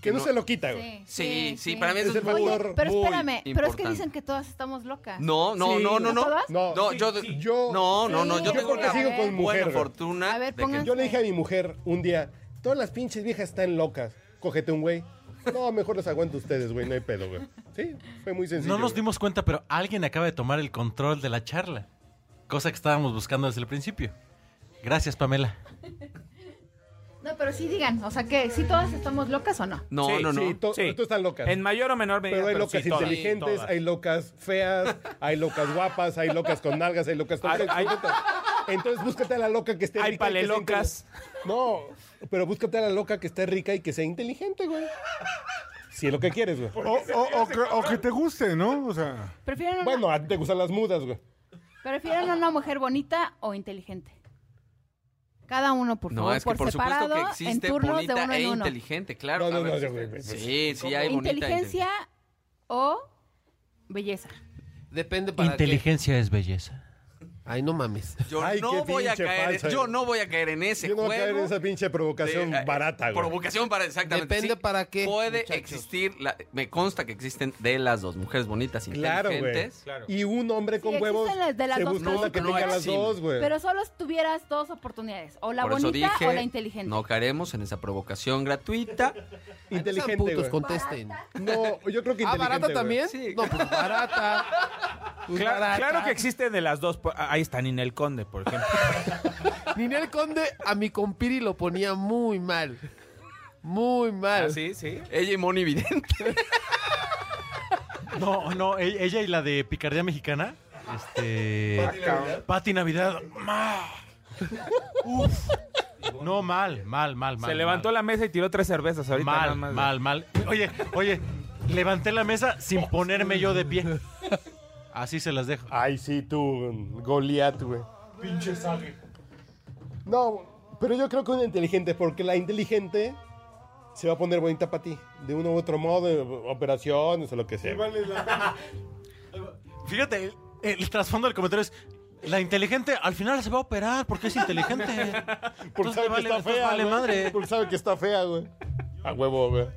S4: Que no
S1: No.
S4: se lo quita, güey.
S1: Sí, sí, para mí eso
S4: Es
S1: es
S4: el
S1: muy-
S4: factor
S6: Pero
S1: muy
S6: espérame, pero es que
S1: importante.
S6: dicen que todas estamos locas.
S1: No, no,
S7: Sí.
S1: no, no, no.
S6: ¿Todas?
S4: No,
S1: No, yo,
S4: yo-
S1: no, no, no,
S6: Sí,
S1: yo
S6: yo
S1: tengo
S6: porque
S1: la
S6: sigo con
S4: mujer,
S1: buena
S4: güey.
S1: forma
S6: A ver,
S1: de que-
S6: pongan-
S4: Yo le dije a mi mujer un día, todas las pinches viejas están locas, cógete un güey. No, mejor los aguanto ustedes, güey, no hay pedo, güey. Sí, fue muy sencillo.
S5: No nos
S4: güey.
S5: dimos cuenta, pero alguien acaba de tomar el control de la charla. Cosa que estábamos buscando desde el principio. Gracias, Pamela.
S6: No, pero sí digan, o sea, que si todas estamos locas o no.
S1: No,
S7: Sí,
S1: no, no.
S4: Sí, to-
S7: Sí.
S4: tú estás loca.
S7: En mayor o menor medida.
S4: Pero hay locas
S7: sí, todas,
S4: inteligentes,
S7: todas.
S4: hay locas feas, hay locas guapas, hay locas con nalgas, hay locas con
S7: Hay-
S4: sexo,
S7: hay-
S4: puta. Entonces búscate a la loca que esté
S7: Hay
S4: rica. y que sea
S7: palelocas.
S4: inteli- No, pero búscate a la loca que esté rica y que sea inteligente, güey. Si es lo que quieres, güey.
S2: O, o- o que, o que te guste, ¿no? O sea,
S6: ¿Prefieren una,
S4: Bueno, a ti te gustan las mudas, güey.
S6: ¿prefieren una mujer bonita o inteligente? Cada uno, por favor,
S1: No, es que por
S6: separado,
S1: supuesto que
S6: en
S1: existe
S6: turnos de
S1: bonita
S6: uno
S1: e
S6: en uno.
S1: inteligente, claro.
S4: No, no,
S1: A
S4: no,
S1: ver,
S4: yo, güey, pues,
S1: Sí, sí, hay bonita. e
S6: Inteligencia o belleza.
S3: Depende para
S5: Inteligencia es belleza.
S3: qué. Ay, no mames.
S1: Yo
S4: Ay, qué
S1: no voy a
S4: pinche
S1: caer,
S4: falsa.
S1: Eh, yo no voy a caer en ese
S4: Yo no voy a
S1: juego.
S4: caer en esa pinche provocación
S1: de- eh,
S4: barata, güey.
S1: Provocación para exactamente.
S3: Depende para qué,
S1: Puede
S3: muchachos.
S1: existir, la- me consta que existen de las dos mujeres bonitas, e
S4: Claro, güey.
S1: inteligentes.
S4: Y un hombre con
S6: Sí,
S4: huevos
S6: existen las de las
S4: se
S6: dos
S4: busca una
S1: cosas,
S4: que
S1: pero no
S4: tenga las
S1: existen.
S4: dos, güey.
S6: Pero solo tuvieras dos oportunidades, o la
S1: Por eso
S6: bonita
S1: dije,
S6: o la inteligente.
S1: no caeremos en esa provocación gratuita.
S3: Sean
S4: Inteligente,
S3: putos,
S4: güey.
S3: contesten.
S4: No, yo creo que inteligente,
S3: Ah, barata
S4: güey.
S3: también. No, pues barata. Pues
S7: Cla-
S3: barata.
S7: claro que existen de las dos. por- ah, Ahí está Ninel Conde, por ejemplo.
S3: Ninel Conde a mi compiri lo ponía muy mal. Muy mal.
S7: Ah, sí, sí.
S1: Ella y Moni Vidente.
S5: No, no, e- ella y la de Picardía Mexicana. Este. Pati Navidad. Ma. Uf. No, mal, mal, mal, mal.
S7: Se levantó la mesa y tiró tres cervezas ahorita. nada
S5: Mal,
S7: más.
S5: mal, mal. Oye, oye, levanté la mesa sin ponerme yo de pie. Así se las dejo.
S4: Ay, sí, tú, Goliat, güey.
S2: pinche sage.
S4: No, pero yo creo que una inteligente, porque la inteligente se va a poner bonita para ti. De uno u otro modo, eh, operaciones o lo que sea.
S5: Fíjate, el, el trasfondo del comentario es. La inteligente al final se va a operar porque es inteligente.
S4: Porque
S5: Entonces
S4: sabe
S5: vale-
S4: que está
S5: entonces
S4: fea,
S5: vale
S4: güey.
S5: madre.
S4: Porque sabe que está fea, güey. A huevo, güey.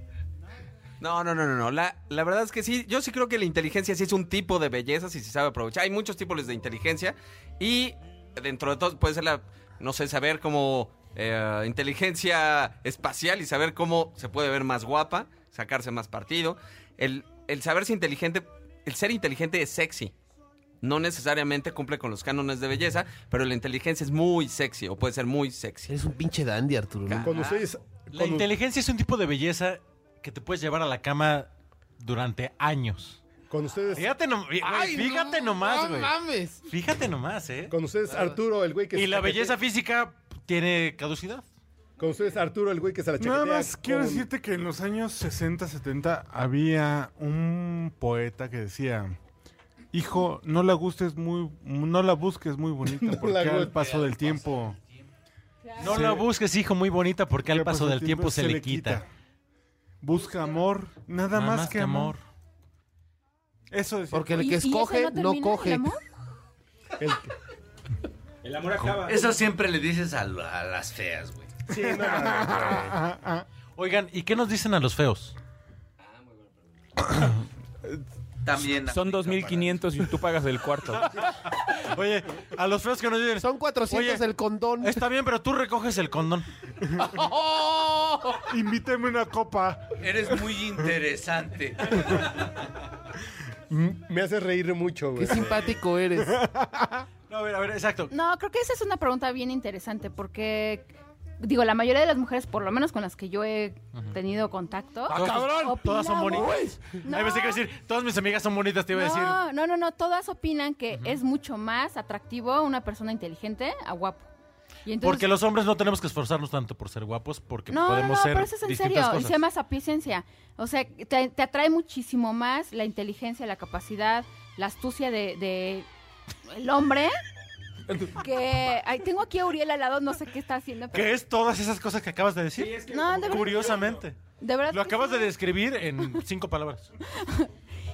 S1: No, no, no, no, no. La, la verdad es que sí, yo sí creo que la inteligencia sí es un tipo de belleza si se sabe aprovechar. Hay muchos tipos de inteligencia y dentro de todo puede ser la, no sé, saber cómo eh, inteligencia espacial y saber cómo se puede ver más guapa, sacarse más partido. El, el saberse inteligente, el ser inteligente es sexy. No necesariamente cumple con los cánones de belleza, pero la inteligencia es muy sexy o puede ser muy sexy.
S3: Eres un pinche dandy, Arturo. ¿no?
S4: Cuando ustedes...
S5: La
S4: cuando-
S5: inteligencia es un tipo de belleza que te puedes llevar a la cama durante años.
S4: Con ustedes,
S5: Fíjate, no- güey,
S3: Ay,
S5: fíjate
S3: no,
S5: nomás,
S3: No
S5: güey.
S3: mames.
S5: Fíjate nomás, ¿eh?
S4: con ustedes Arturo, el güey que
S5: Y
S4: se
S5: la
S4: chaquetea-
S5: belleza física tiene caducidad.
S4: Con ustedes Arturo, el güey que se la chaquetea.
S2: Nada más quiero
S4: con-
S2: decirte que en los años 60, 70 había un poeta que decía, hijo, no la gustes muy, no la busques muy bonita porque
S4: la
S2: al
S4: busques.
S2: paso del tiempo.
S5: No
S2: Sí.
S5: la busques, hijo, muy bonita, porque al paso del tiempo se le quita.
S2: Busca amor, nada más, que amor. Eso decía.
S3: Porque el
S6: ¿Y-
S3: que
S6: y ese
S3: escoge no,
S6: termina,
S3: coge.
S6: el amor?
S4: el-
S7: El amor acaba.
S8: Eso siempre le dices a, la- a las feas, güey.
S4: Sí, no, güey.
S8: Ah,
S5: Oigan, ¿y qué nos dicen a los feos?
S8: También.
S7: Son
S8: aplica
S7: 2.500 y tú pagas el cuarto.
S5: Oye, a los feos que nos dicen.
S3: Son 400
S5: Oye,
S3: el condón.
S5: Está bien, pero tú recoges el condón.
S6: Ah,
S2: Invíteme una copa.
S8: para- Eres muy interesante.
S4: M- Me hace reír mucho,
S3: Qué
S4: güey.
S3: simpático eres.
S5: No, a ver, a ver, exacto.
S6: No, creo que esa es una pregunta bien interesante porque, digo, la mayoría de las mujeres, por lo menos con las que yo he tenido contacto,
S1: Ah,
S5: cabrón! Todas son
S6: Opinamos.
S5: bonitas.
S6: No.
S5: Ahí pensé que iba a decir, todas mis amigas son bonitas, te iba a decir.
S6: No, no, no, no, todas opinan que es mucho más atractivo una persona inteligente a guapo. Y entonces,
S5: Porque los hombres no tenemos que esforzarnos tanto por ser guapos, porque
S6: no, no,
S5: podemos
S6: no,
S5: ser
S6: pero eso es en
S5: distintas
S6: serio, y
S5: cosas.
S6: se llama sapiencia. O sea, te, te atrae muchísimo más la inteligencia, la capacidad, la astucia de, de el hombre. Que ay, tengo aquí a Uriel al lado, no sé qué está haciendo. Pero,
S5: ¿Qué es todas esas cosas que acabas de decir?
S6: No, de verdad.
S5: Curiosamente.
S6: De verdad
S5: Lo
S6: que
S5: acabas
S6: sí.
S5: de describir en cinco palabras.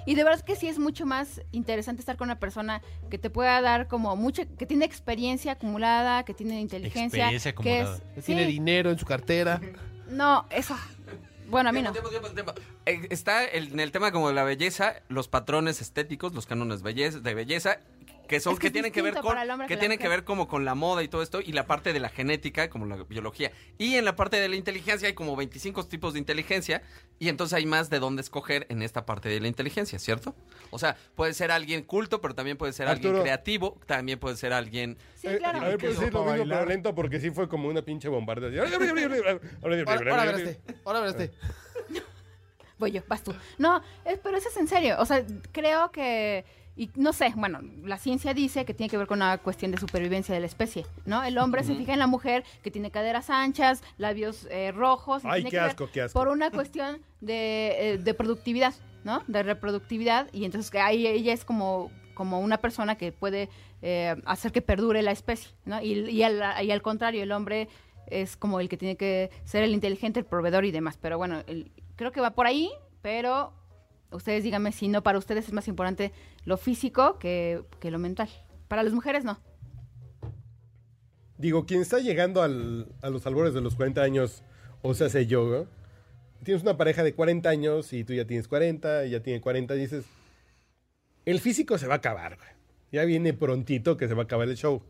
S6: Y de verdad que sí es mucho más interesante estar con una persona que te pueda dar como mucha, que tiene experiencia acumulada, que tiene inteligencia,
S5: Experiencia
S6: que
S5: acumulada.
S6: es,
S3: Que
S6: sí,
S3: Tiene dinero en su cartera.
S6: no, eso. Bueno, a mí no.
S1: Tiempo, tiempo, tiempo, tiempo. Eh, Está el- en el tema como de la belleza, los patrones estéticos, los cánones belleza, de belleza, que son
S6: Es que
S1: que,
S6: es
S1: tienen que ver
S6: distinto
S1: con
S6: para el hombre
S1: que
S6: que la
S1: tienen que
S6: mujer.
S1: ver como con la moda y todo esto y la parte de la genética, como la biología. Y en la parte de la inteligencia hay como 25 tipos de inteligencia y entonces hay más de dónde escoger en esta parte de la inteligencia, ¿cierto? O sea, puede ser alguien culto, pero también puede ser
S4: Arturo.
S1: alguien creativo, también puede ser alguien
S6: Sí,
S4: Eh,
S6: claro.
S4: A ver, puedes decir lo
S2: Para
S4: mismo, pero
S2: bailar.
S4: lento, porque sí fue como una pinche bombarda. así.
S3: Ahora, ahora verás este, Ahora verás este.
S6: Voy yo, vas tú. No, es- pero eso es en serio. O sea, creo que. Y no sé, bueno, la ciencia dice que tiene que ver con una cuestión de supervivencia de la especie, ¿no? El hombre se fija en la mujer que tiene caderas anchas, labios eh, rojos. y
S4: Ay,
S6: tiene
S4: qué
S6: que ver
S4: asco, qué asco.
S6: Por una cuestión de, eh, de productividad, ¿no? De reproductividad. Y entonces que ahí ella es como, como una persona que puede eh, hacer que perdure la especie, ¿no? Y, y al, y al contrario, el hombre es como el que tiene que ser el inteligente, el proveedor y demás. Pero bueno, el- creo que va por ahí, pero ustedes díganme si no, para ustedes es más importante lo físico que, que lo mental. Para las mujeres no.
S4: Digo, quien está llegando al- a los albores de los 40 años, o sea, hace yoga, tienes una pareja de 40 años y tú ya tienes 40, y ya tiene 40, y dices, el físico se va a acabar, güey. Ya viene prontito que se va a acabar el show.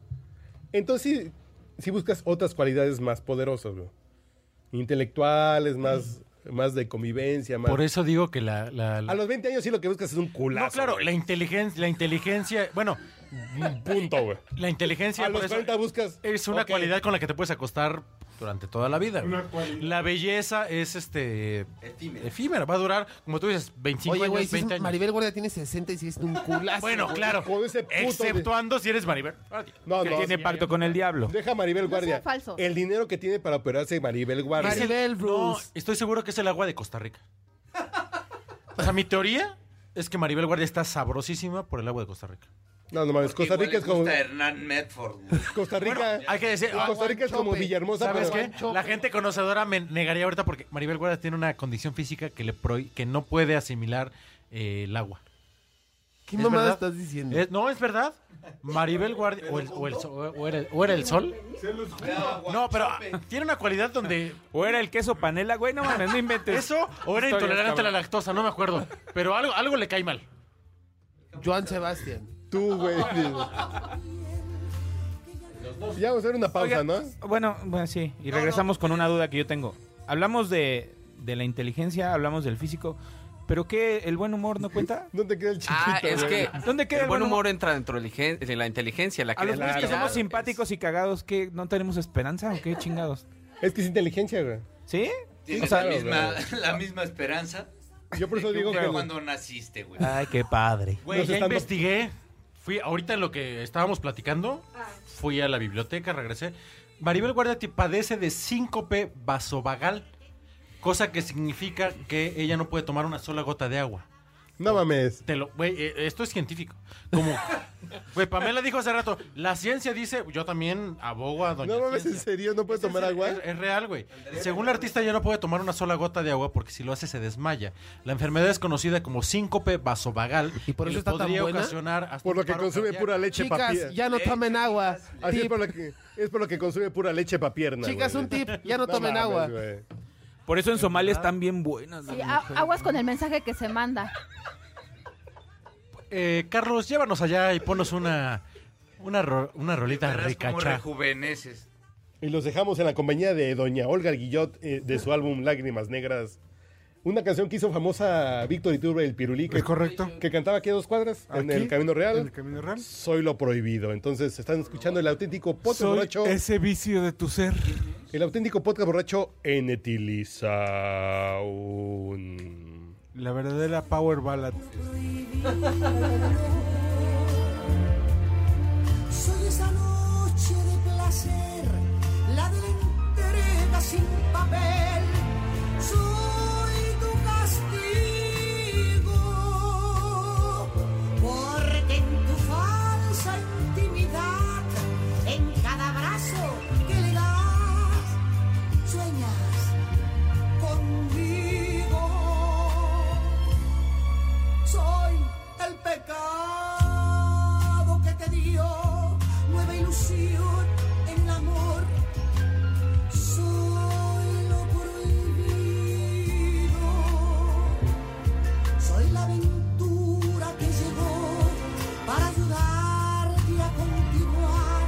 S4: Entonces, si, buscas otras cualidades más poderosas, güey. Intelectuales, más, más de convivencia, más...
S5: Por eso digo que la... la- la-
S4: A los 20 años sí lo que buscas es un culazo.
S5: No, claro,
S4: güey.
S5: la inteligencia, la inteligencia, bueno,
S4: Punto, güey.
S5: la inteligencia
S4: a
S5: por
S4: los
S5: eso
S4: 40 buscas...
S5: es una
S4: ok,
S5: cualidad con la que te puedes acostar durante toda la vida. güey.
S2: Una cualidad.
S5: La belleza es este
S8: Efímero.
S5: efímera, va a durar, como tú dices, 25
S3: Oye,
S5: años,
S3: güey, si es
S5: 20 años.
S3: Maribel Guardia tiene 60 y si es un culazo.
S5: Bueno,
S3: güey.
S5: claro,
S4: Con ese puto de-
S5: exceptuando si eres Maribel.
S4: No,
S7: Que
S4: no,
S7: tiene
S4: sí,
S7: pacto con el diablo.
S4: Deja a Maribel Guardia.
S6: sea falso.
S4: El dinero que tiene para operarse Maribel Guardia.
S3: Maribel
S5: No,
S3: Bruce.
S5: estoy seguro que es el agua de Costa Rica. O sea, mi teoría es que Maribel Guardia está sabrosísima por el agua de Costa Rica.
S4: No, no mames. Costa Rica es como.
S8: Gusta Hernán Medford, güey.
S4: Costa Rica.
S5: Hay que decir, ah,
S4: Costa Rica es como
S3: Guanchope.
S4: Villahermosa,
S5: ¿sabes
S4: pero-
S5: qué? La gente conocedora me negaría ahorita porque Maribel Guardia tiene una condición física que le prohi- que no puede asimilar eh, el agua.
S3: ¿Qué
S5: ¿Es
S3: mamada
S5: verdad?
S3: estás diciendo?
S5: Eh, no, es verdad. Maribel Guardia o el, o el sol- o era, o era el sol. No, pero ah, tiene una cualidad donde
S7: O era el queso panela, güey, no mames, no inventes.
S5: eso o era
S7: Historias,
S5: intolerante a la
S7: cabrón.
S5: lactosa, no me acuerdo, pero algo algo le cae mal.
S3: Joan Sebastián.
S4: Tú, güey. ya vamos a hacer una pausa,
S7: Oigan,
S4: ¿no?
S7: Bueno, bueno, sí. Y regresamos con una duda que yo tengo. Hablamos de, de la inteligencia, hablamos del físico, pero ¿qué? ¿El buen humor no cuenta?
S4: No te queda el chiquito.
S1: Ah, es
S4: güey?
S1: que
S7: ¿Dónde queda
S1: el
S7: el
S1: buen
S7: buen
S1: humor entra dentro de la inteligen- de la inteligencia, la
S7: A los güeyes que
S1: creatividad.
S7: somos simpáticos y cagados, ¿qué? ¿No tenemos esperanza o qué chingados?
S4: Es que es inteligencia, güey.
S7: ¿Sí?
S8: Tienes
S4: claro,
S8: la, misma, la misma esperanza.
S4: Yo por eso digo que...
S8: Pero
S4: los-
S8: cuando naciste, güey.
S7: Ay, qué padre.
S5: Güey,
S4: Los
S5: ya
S4: stand-up-
S5: investigué. Fui, ahorita en lo que estábamos platicando, fui a la biblioteca, regresé. Maribel Guardia ti- padece de síncope vasovagal, cosa que significa que ella no puede tomar una sola gota de agua.
S4: No mames.
S5: Te lo, güey, eh, esto es científico. Como, güey, Pamela dijo hace rato, la ciencia dice, yo también abogo a doña
S4: No mames, en
S5: ciencia".
S4: serio, no puedes
S5: Es-
S4: tomar
S5: es-
S4: agua.
S7: er,
S5: Es, es real, güey. Según la artista, ya no puede tomar una sola gota de agua porque si lo hace se desmaya. La enfermedad es conocida como síncope vasovagal
S10: ¿Y por
S5: y
S10: eso
S5: le
S10: está tan
S5: podría
S10: buena?
S5: ocasionar hasta
S4: Por
S5: un
S4: lo que
S5: paro
S4: consume
S5: cardíaco.
S4: pura leche
S3: Chicas,
S4: papierna.
S3: ya no tomen agua.
S4: Así es
S3: Tip.
S4: por lo que es por lo que consume pura leche papierna.
S3: Chicas,
S4: güey.
S3: un tip, ya no tomen
S4: mames,
S3: agua.
S4: güey.
S7: Por eso en Somalia están bien buenas.
S6: Sí, a- aguas con el mensaje que se manda.
S5: Eh, Carlos, llévanos allá y ponos una una, ro- una rolita
S8: Verás como
S5: ricacha.
S8: rejuveneces.
S4: Y los dejamos en la compañía de doña Olga Guillot eh, de su álbum Lágrimas Negras. Una canción que hizo famosa Víctor Iturbe, el pirulí, que,
S2: ¿Es correcto?
S4: que cantaba aquí a dos cuadras, en
S2: Aquí,
S4: el Camino Real.
S2: En el Camino Real.
S4: Soy lo prohibido. Entonces están escuchando el auténtico podcast
S2: Soy
S4: borracho.
S2: ese vicio de tu ser.
S4: El auténtico podcast borracho en Etilizaun.
S2: La verdadera power ballad.
S11: Soy esa noche de placer, la de la entrega sin papel. Soy tu castigo, porque en tu falsa intimidad, en cada abrazo que le das, sueñas conmigo soy el pecado que te dio nueva ilusión en el amor. Soy lo prohibido, soy la aventura que llegó para ayudarte a continuar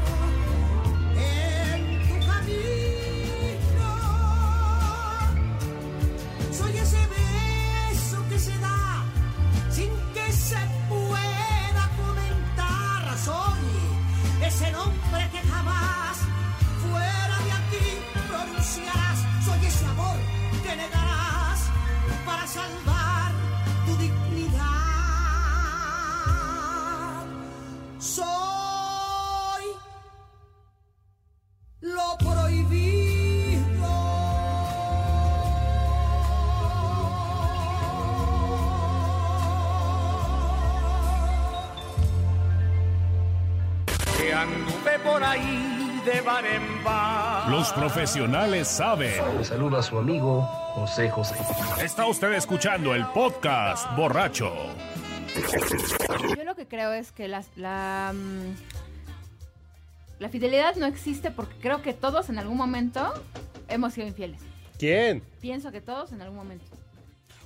S11: en tu camino. Soy ese beso que se da sin que se pueda comentar. Soy ese nombre que jamás fuera de aquí pronunciarás. Soy ese amor que negarás para salvar tu dignidad. Soy lo prohibido.
S9: Que anduve por ahí de bar en bar.
S12: Los profesionales saben.
S9: Le saluda a su amigo José José.
S12: Está usted escuchando el podcast borracho.
S6: Yo lo que creo es que las- la, mm, la fidelidad no existe porque creo que todos en algún momento hemos sido infieles.
S4: ¿Quién?
S6: Pienso que todos en algún momento.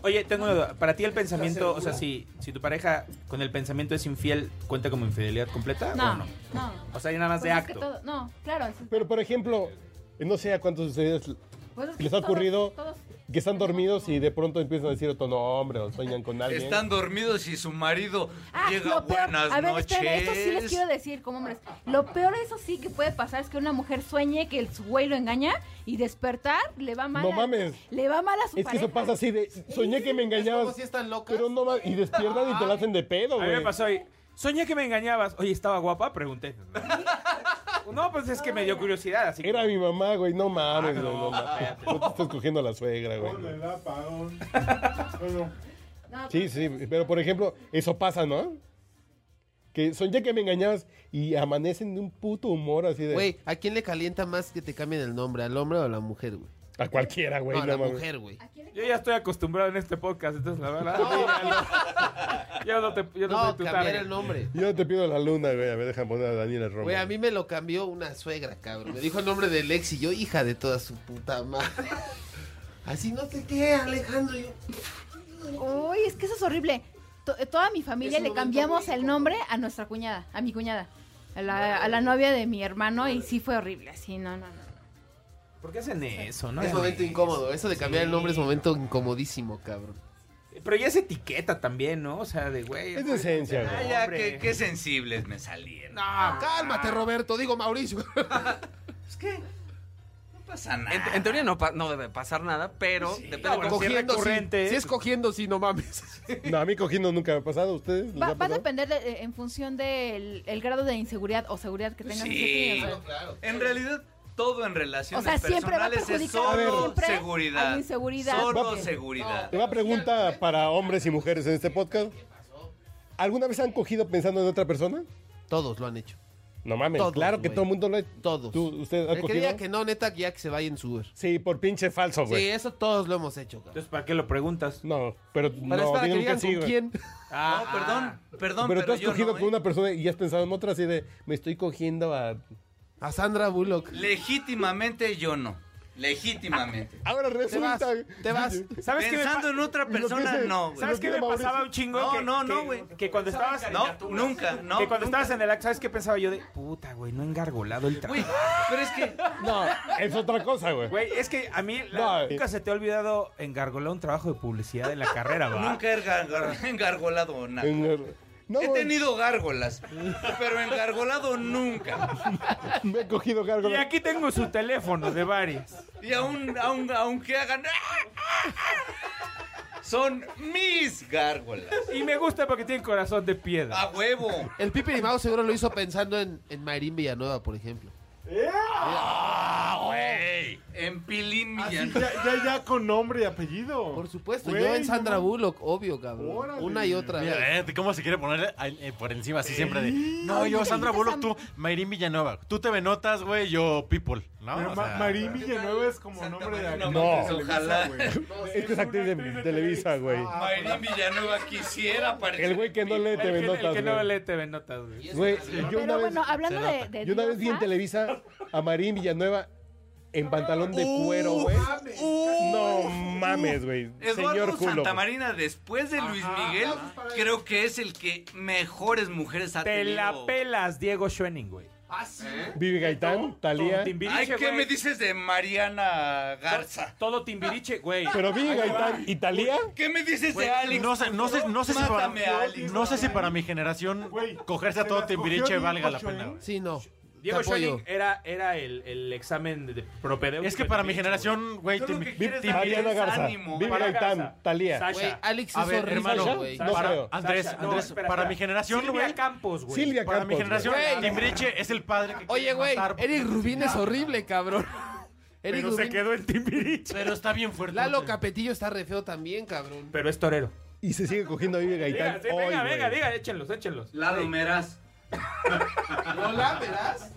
S7: Oye, tengo una duda. Para ti el pensamiento, o sea, si, si tu pareja con el pensamiento es infiel, ¿cuenta como infidelidad completa
S6: No,
S7: o no?
S6: no.
S7: O sea, ya nada más
S6: Pues
S7: de
S6: es que
S7: acto.
S6: todo- no, claro. es-
S4: Pero por ejemplo, no sé a cuántos de ustedes
S6: pues es que
S4: les ha
S6: todos-
S4: ocurrido
S6: todos-
S4: que están dormidos y de pronto empiezan a decir otro nombre o sueñan con alguien.
S8: Están dormidos y su marido
S6: Ah,
S8: llega
S6: lo peor.
S8: buenas
S6: A ver,
S8: noches.
S6: esperen, esto sí les quiero decir como hombres. Lo peor, eso sí que puede pasar es que una mujer sueñe que el su güey lo engaña y despertar le va mal.
S4: No
S6: a-
S4: mames.
S6: Le va mal a su
S4: Es que
S6: pareja.
S4: eso pasa así de soñé que me
S3: Como
S4: engañabas,
S3: si están locas.
S4: pero no mames, y despiertan y te la hacen de pedo,
S7: A mí me
S4: güey.
S7: pasó ahí. Soñé que me engañabas. Oye, ¿estaba guapa? Pregunté. No, pues es que me dio curiosidad. Así que-
S4: Era mi mamá, güey, no mames,
S7: Ah,
S4: güey,
S7: no,
S4: no, mames. No te estás cogiendo a la suegra, güey.
S6: No,
S4: Sí, sí, pero por ejemplo, eso pasa, ¿no? Que soñé que me engañabas y amanecen de un puto humor así de
S3: Güey, ¿a quién le calienta más que te cambien el nombre? ¿Al hombre o a la mujer, güey?
S4: a cualquiera, güey,
S3: No, a
S4: no,
S3: la
S4: mames.
S3: mujer, güey.
S7: Yo ya estoy acostumbrado en este podcast, entonces la verdad. yo no te. Yo no, soy
S3: No,
S7: tu
S3: cambiar
S7: target.
S3: el nombre.
S4: Yo te pido la luna, güey, a ver, déjame poner a Daniela Romo.
S3: Güey, a mí me lo cambió una suegra, cabrón. Me dijo el nombre de Lexi, yo hija de toda su puta madre. Así no te qué, Alejandro. Yo,
S6: Uy, es que eso es horrible. To- toda mi familia
S3: Es un
S6: le
S3: momento
S6: cambiamos
S3: muy
S6: el nombre a nuestra cuñada, a mi cuñada, a la, a la novia de mi hermano y sí fue horrible, así, no, no, no.
S7: ¿Por qué hacen eso? No
S3: es
S7: mames.
S3: momento incómodo. Eso de cambiar el nombre es momento incomodísimo, cabrón.
S7: Pero ya es etiqueta también, ¿no? O sea, de güey.
S4: Es de esencia,
S8: Ah,
S4: güey. Ah,
S8: ya,
S7: Hombre.
S8: qué, qué sensibles me salieron.
S3: Cálmate, Roberto, digo Mauricio.
S8: Es que no pasa nada.
S1: En, en teoría no, pa- no debe pasar nada, pero depende
S3: Ah,
S1: de
S3: bueno,
S1: cómo-
S3: cogiendo, sí. ¿eh?
S7: recurrente-
S3: Si es cogiendo, sí, no mames.
S4: No, a mí cogiendo nunca me ha pasado. ¿Ustedes? les
S6: Va,
S4: ha
S6: va a
S4: pasado?
S6: depender de- en función del el grado de inseguridad o seguridad que tengas.
S8: Sí.
S6: ese día, o sea.
S8: En realidad, todo en
S6: O
S8: relaciones
S6: sea, siempre va a
S8: personales es
S6: perjudicar.
S8: solo
S6: siempre
S8: seguridad.
S6: hay inseguridad.
S8: Solo
S6: Porque-
S8: seguridad.
S4: Una pregunta para hombres y mujeres en este podcast. ¿Alguna vez han cogido pensando en otra persona?
S3: Todos lo han hecho.
S4: No mames,
S3: Todos,
S4: claro que
S3: güey.
S4: todo el mundo lo ha
S3: Todos.
S4: ¿Tú, usted ha
S3: El que diga
S4: cogido?
S3: que no, neta, ya que se vaya en su Uber.
S4: Sí, por pinche falso,
S3: Sí,
S4: güey.
S3: eso todos lo hemos hecho, cabrón.
S7: Entonces, ¿para qué lo preguntas?
S4: No, pero
S3: Pero es
S4: no,
S3: para que
S4: digan que
S3: digan
S4: sí,
S3: con
S4: güey.
S3: quién.
S7: Ah,
S8: No, perdón, perdón,
S4: pero,
S8: pero,
S4: tú has
S8: yo no,
S4: cogido
S8: ¿eh?
S4: con una persona y has pensado en otra así de, me estoy cogiendo a...
S3: A Sandra Bullock.
S8: Legítimamente yo no. Legítimamente.
S4: Ahora
S3: Te vas,
S4: resulta...
S3: te vas.
S7: ¿Sabes qué me
S8: Pensando
S7: pa-
S8: en otra
S4: que
S8: persona,
S4: se-
S8: no, güey.
S7: ¿Sabes qué me
S4: Mauricio.
S7: pasaba un chingo?
S8: No,
S7: Que-
S8: no, no,
S7: que-
S8: güey.
S7: Que cuando estabas...
S8: No, nunca, no.
S7: que cuando
S8: nunca.
S7: estabas en el acto, ¿sabes qué pensaba yo de puta, güey? No he engargolado el trabajo.
S8: Güey, pero es que
S4: No, es otra cosa, güey.
S7: Güey, es que a mí
S4: No,
S7: la-
S4: eh.
S7: nunca se te ha olvidado engargolar un trabajo de publicidad en la carrera,
S4: Ah,
S7: ¿va?
S8: nunca he gargar- engargolado nada.
S4: No,
S8: He
S4: güey,
S8: tenido gárgolas, pero engargolado nunca.
S4: me he cogido cargo.
S7: Y aquí tengo su teléfono de varias.
S8: Y aún, aún, aunque hagan... ¡ah, Son mis gárgolas.
S7: Y me gusta porque tiene corazón de
S8: A
S7: piedra.
S8: huevo.
S3: Ah, El Pipe Limao seguro lo hizo pensando en, en Mayrín Villanueva, por ejemplo.
S8: Ah, En Pilín
S2: Así,
S8: Millán.
S6: pues,
S2: ya, ya, ya con nombre y apellido.
S3: Por supuesto,
S2: Güey,
S3: yo en Sandra
S2: no mames.
S3: Bullock, obvio, cabrón.
S2: Órale.
S3: Una y otra. vez.
S5: Mira, eh, ¿cómo se quiere poner eh, eh, por encima así siempre de... No, yo Sandra Bullock, tú Mayrín Villanueva. Tú te Notas, güey, yo People, ¿no?
S2: Pero
S5: O
S2: Ma-
S5: sea,
S2: Marín Villanueva es como
S8: Santa
S2: nombre de
S8: María,
S2: actriz
S4: no,
S2: de Televisa,
S8: ojalá.
S2: güey.
S4: Es que es actriz de Televisa, güey.
S8: Mayrín Villanueva quisiera parecer.
S4: El güey que no lee
S7: El
S4: TV
S7: que, el
S4: Notas,
S7: que no
S4: güey.
S7: lee TV Notas, güey.
S4: Güey, yo una
S6: Pero
S4: vez...
S6: bueno, hablando
S5: se
S6: de,
S5: nota.
S6: de
S4: Yo una vez vi en
S6: diosas,
S4: Televisa a Marín Villanueva en pantalón de cuero,
S12: Uh,
S4: güey. No mames, güey. Señor
S8: Eduardo
S4: culo.
S8: Santamarina, después de Luis Miguel, creo que es el que mejores mujeres ha
S7: Te la
S8: tenido.
S7: pelas, Diego Schoening, güey.
S4: Vivi Gaitán, Talía.
S7: Todo
S8: Ay,
S7: Timbiriche,
S8: ¿qué
S7: güey.
S8: me dices de Mariana Garza?
S7: Todo Timbiriche, güey.
S4: Pero Vivi Gaitán y Talía.
S8: ¿Qué me dices
S5: Güey,
S8: de Alex?
S5: no sé, no sé, no sé si para,
S8: Mátame a Alex.
S5: no sé si para mi generación
S2: Güey,
S5: cogerse a
S2: se
S5: todo
S2: las cogió
S5: Timbiriche
S2: Diego
S5: valga la
S2: Schoen.
S5: pena. güey.
S3: Sí, no.
S7: Diego
S3: Te apoyo.
S7: Schoening era, era el, el examen de, de propedéutico
S5: Es que
S7: de
S5: para mi
S7: Timbiriche,
S5: generación, güey,
S8: Yo lo
S5: Timbi-
S8: que quiero es
S5: Timbi-
S8: también
S4: Mariana
S8: es
S4: Garza.
S8: ánimo.
S4: Vivi
S7: Para
S4: Gaitán,
S7: Garza.
S4: Talía.
S7: Sasha.
S3: Güey, Alex
S5: A
S3: hizo
S5: ver, hermano,
S3: güey.
S5: no
S4: Sasha,
S5: creo. Andrés,
S7: Sasha, no,
S5: Andrés,
S7: espera,
S5: para
S7: espera.
S5: mi generación,
S7: Silvia
S5: güey,
S7: Campos, güey.
S4: Silvia
S5: para mi
S4: Campos,
S5: generación,
S3: güey.
S5: Timbiriche es el padre que
S3: Oye,
S5: quieren
S3: güey,
S5: matar,
S3: Eric Rubín es horrible, cabrón. Eric
S7: Pero se
S3: Rubín.
S7: quedó en Timbiriche.
S5: Pero está bien fuerte.
S3: Lalo
S5: güey.
S3: Capetillo está re feo también, cabrón.
S7: Pero es torero.
S4: Y se sigue cogiendo a Vivi
S7: Diga,
S4: Gaitán
S7: sí,
S4: hoy,
S7: venga,
S4: güey.
S7: venga, diga, échenlos, échenlos.
S8: Lalo Meraz.
S3: Lola, verás.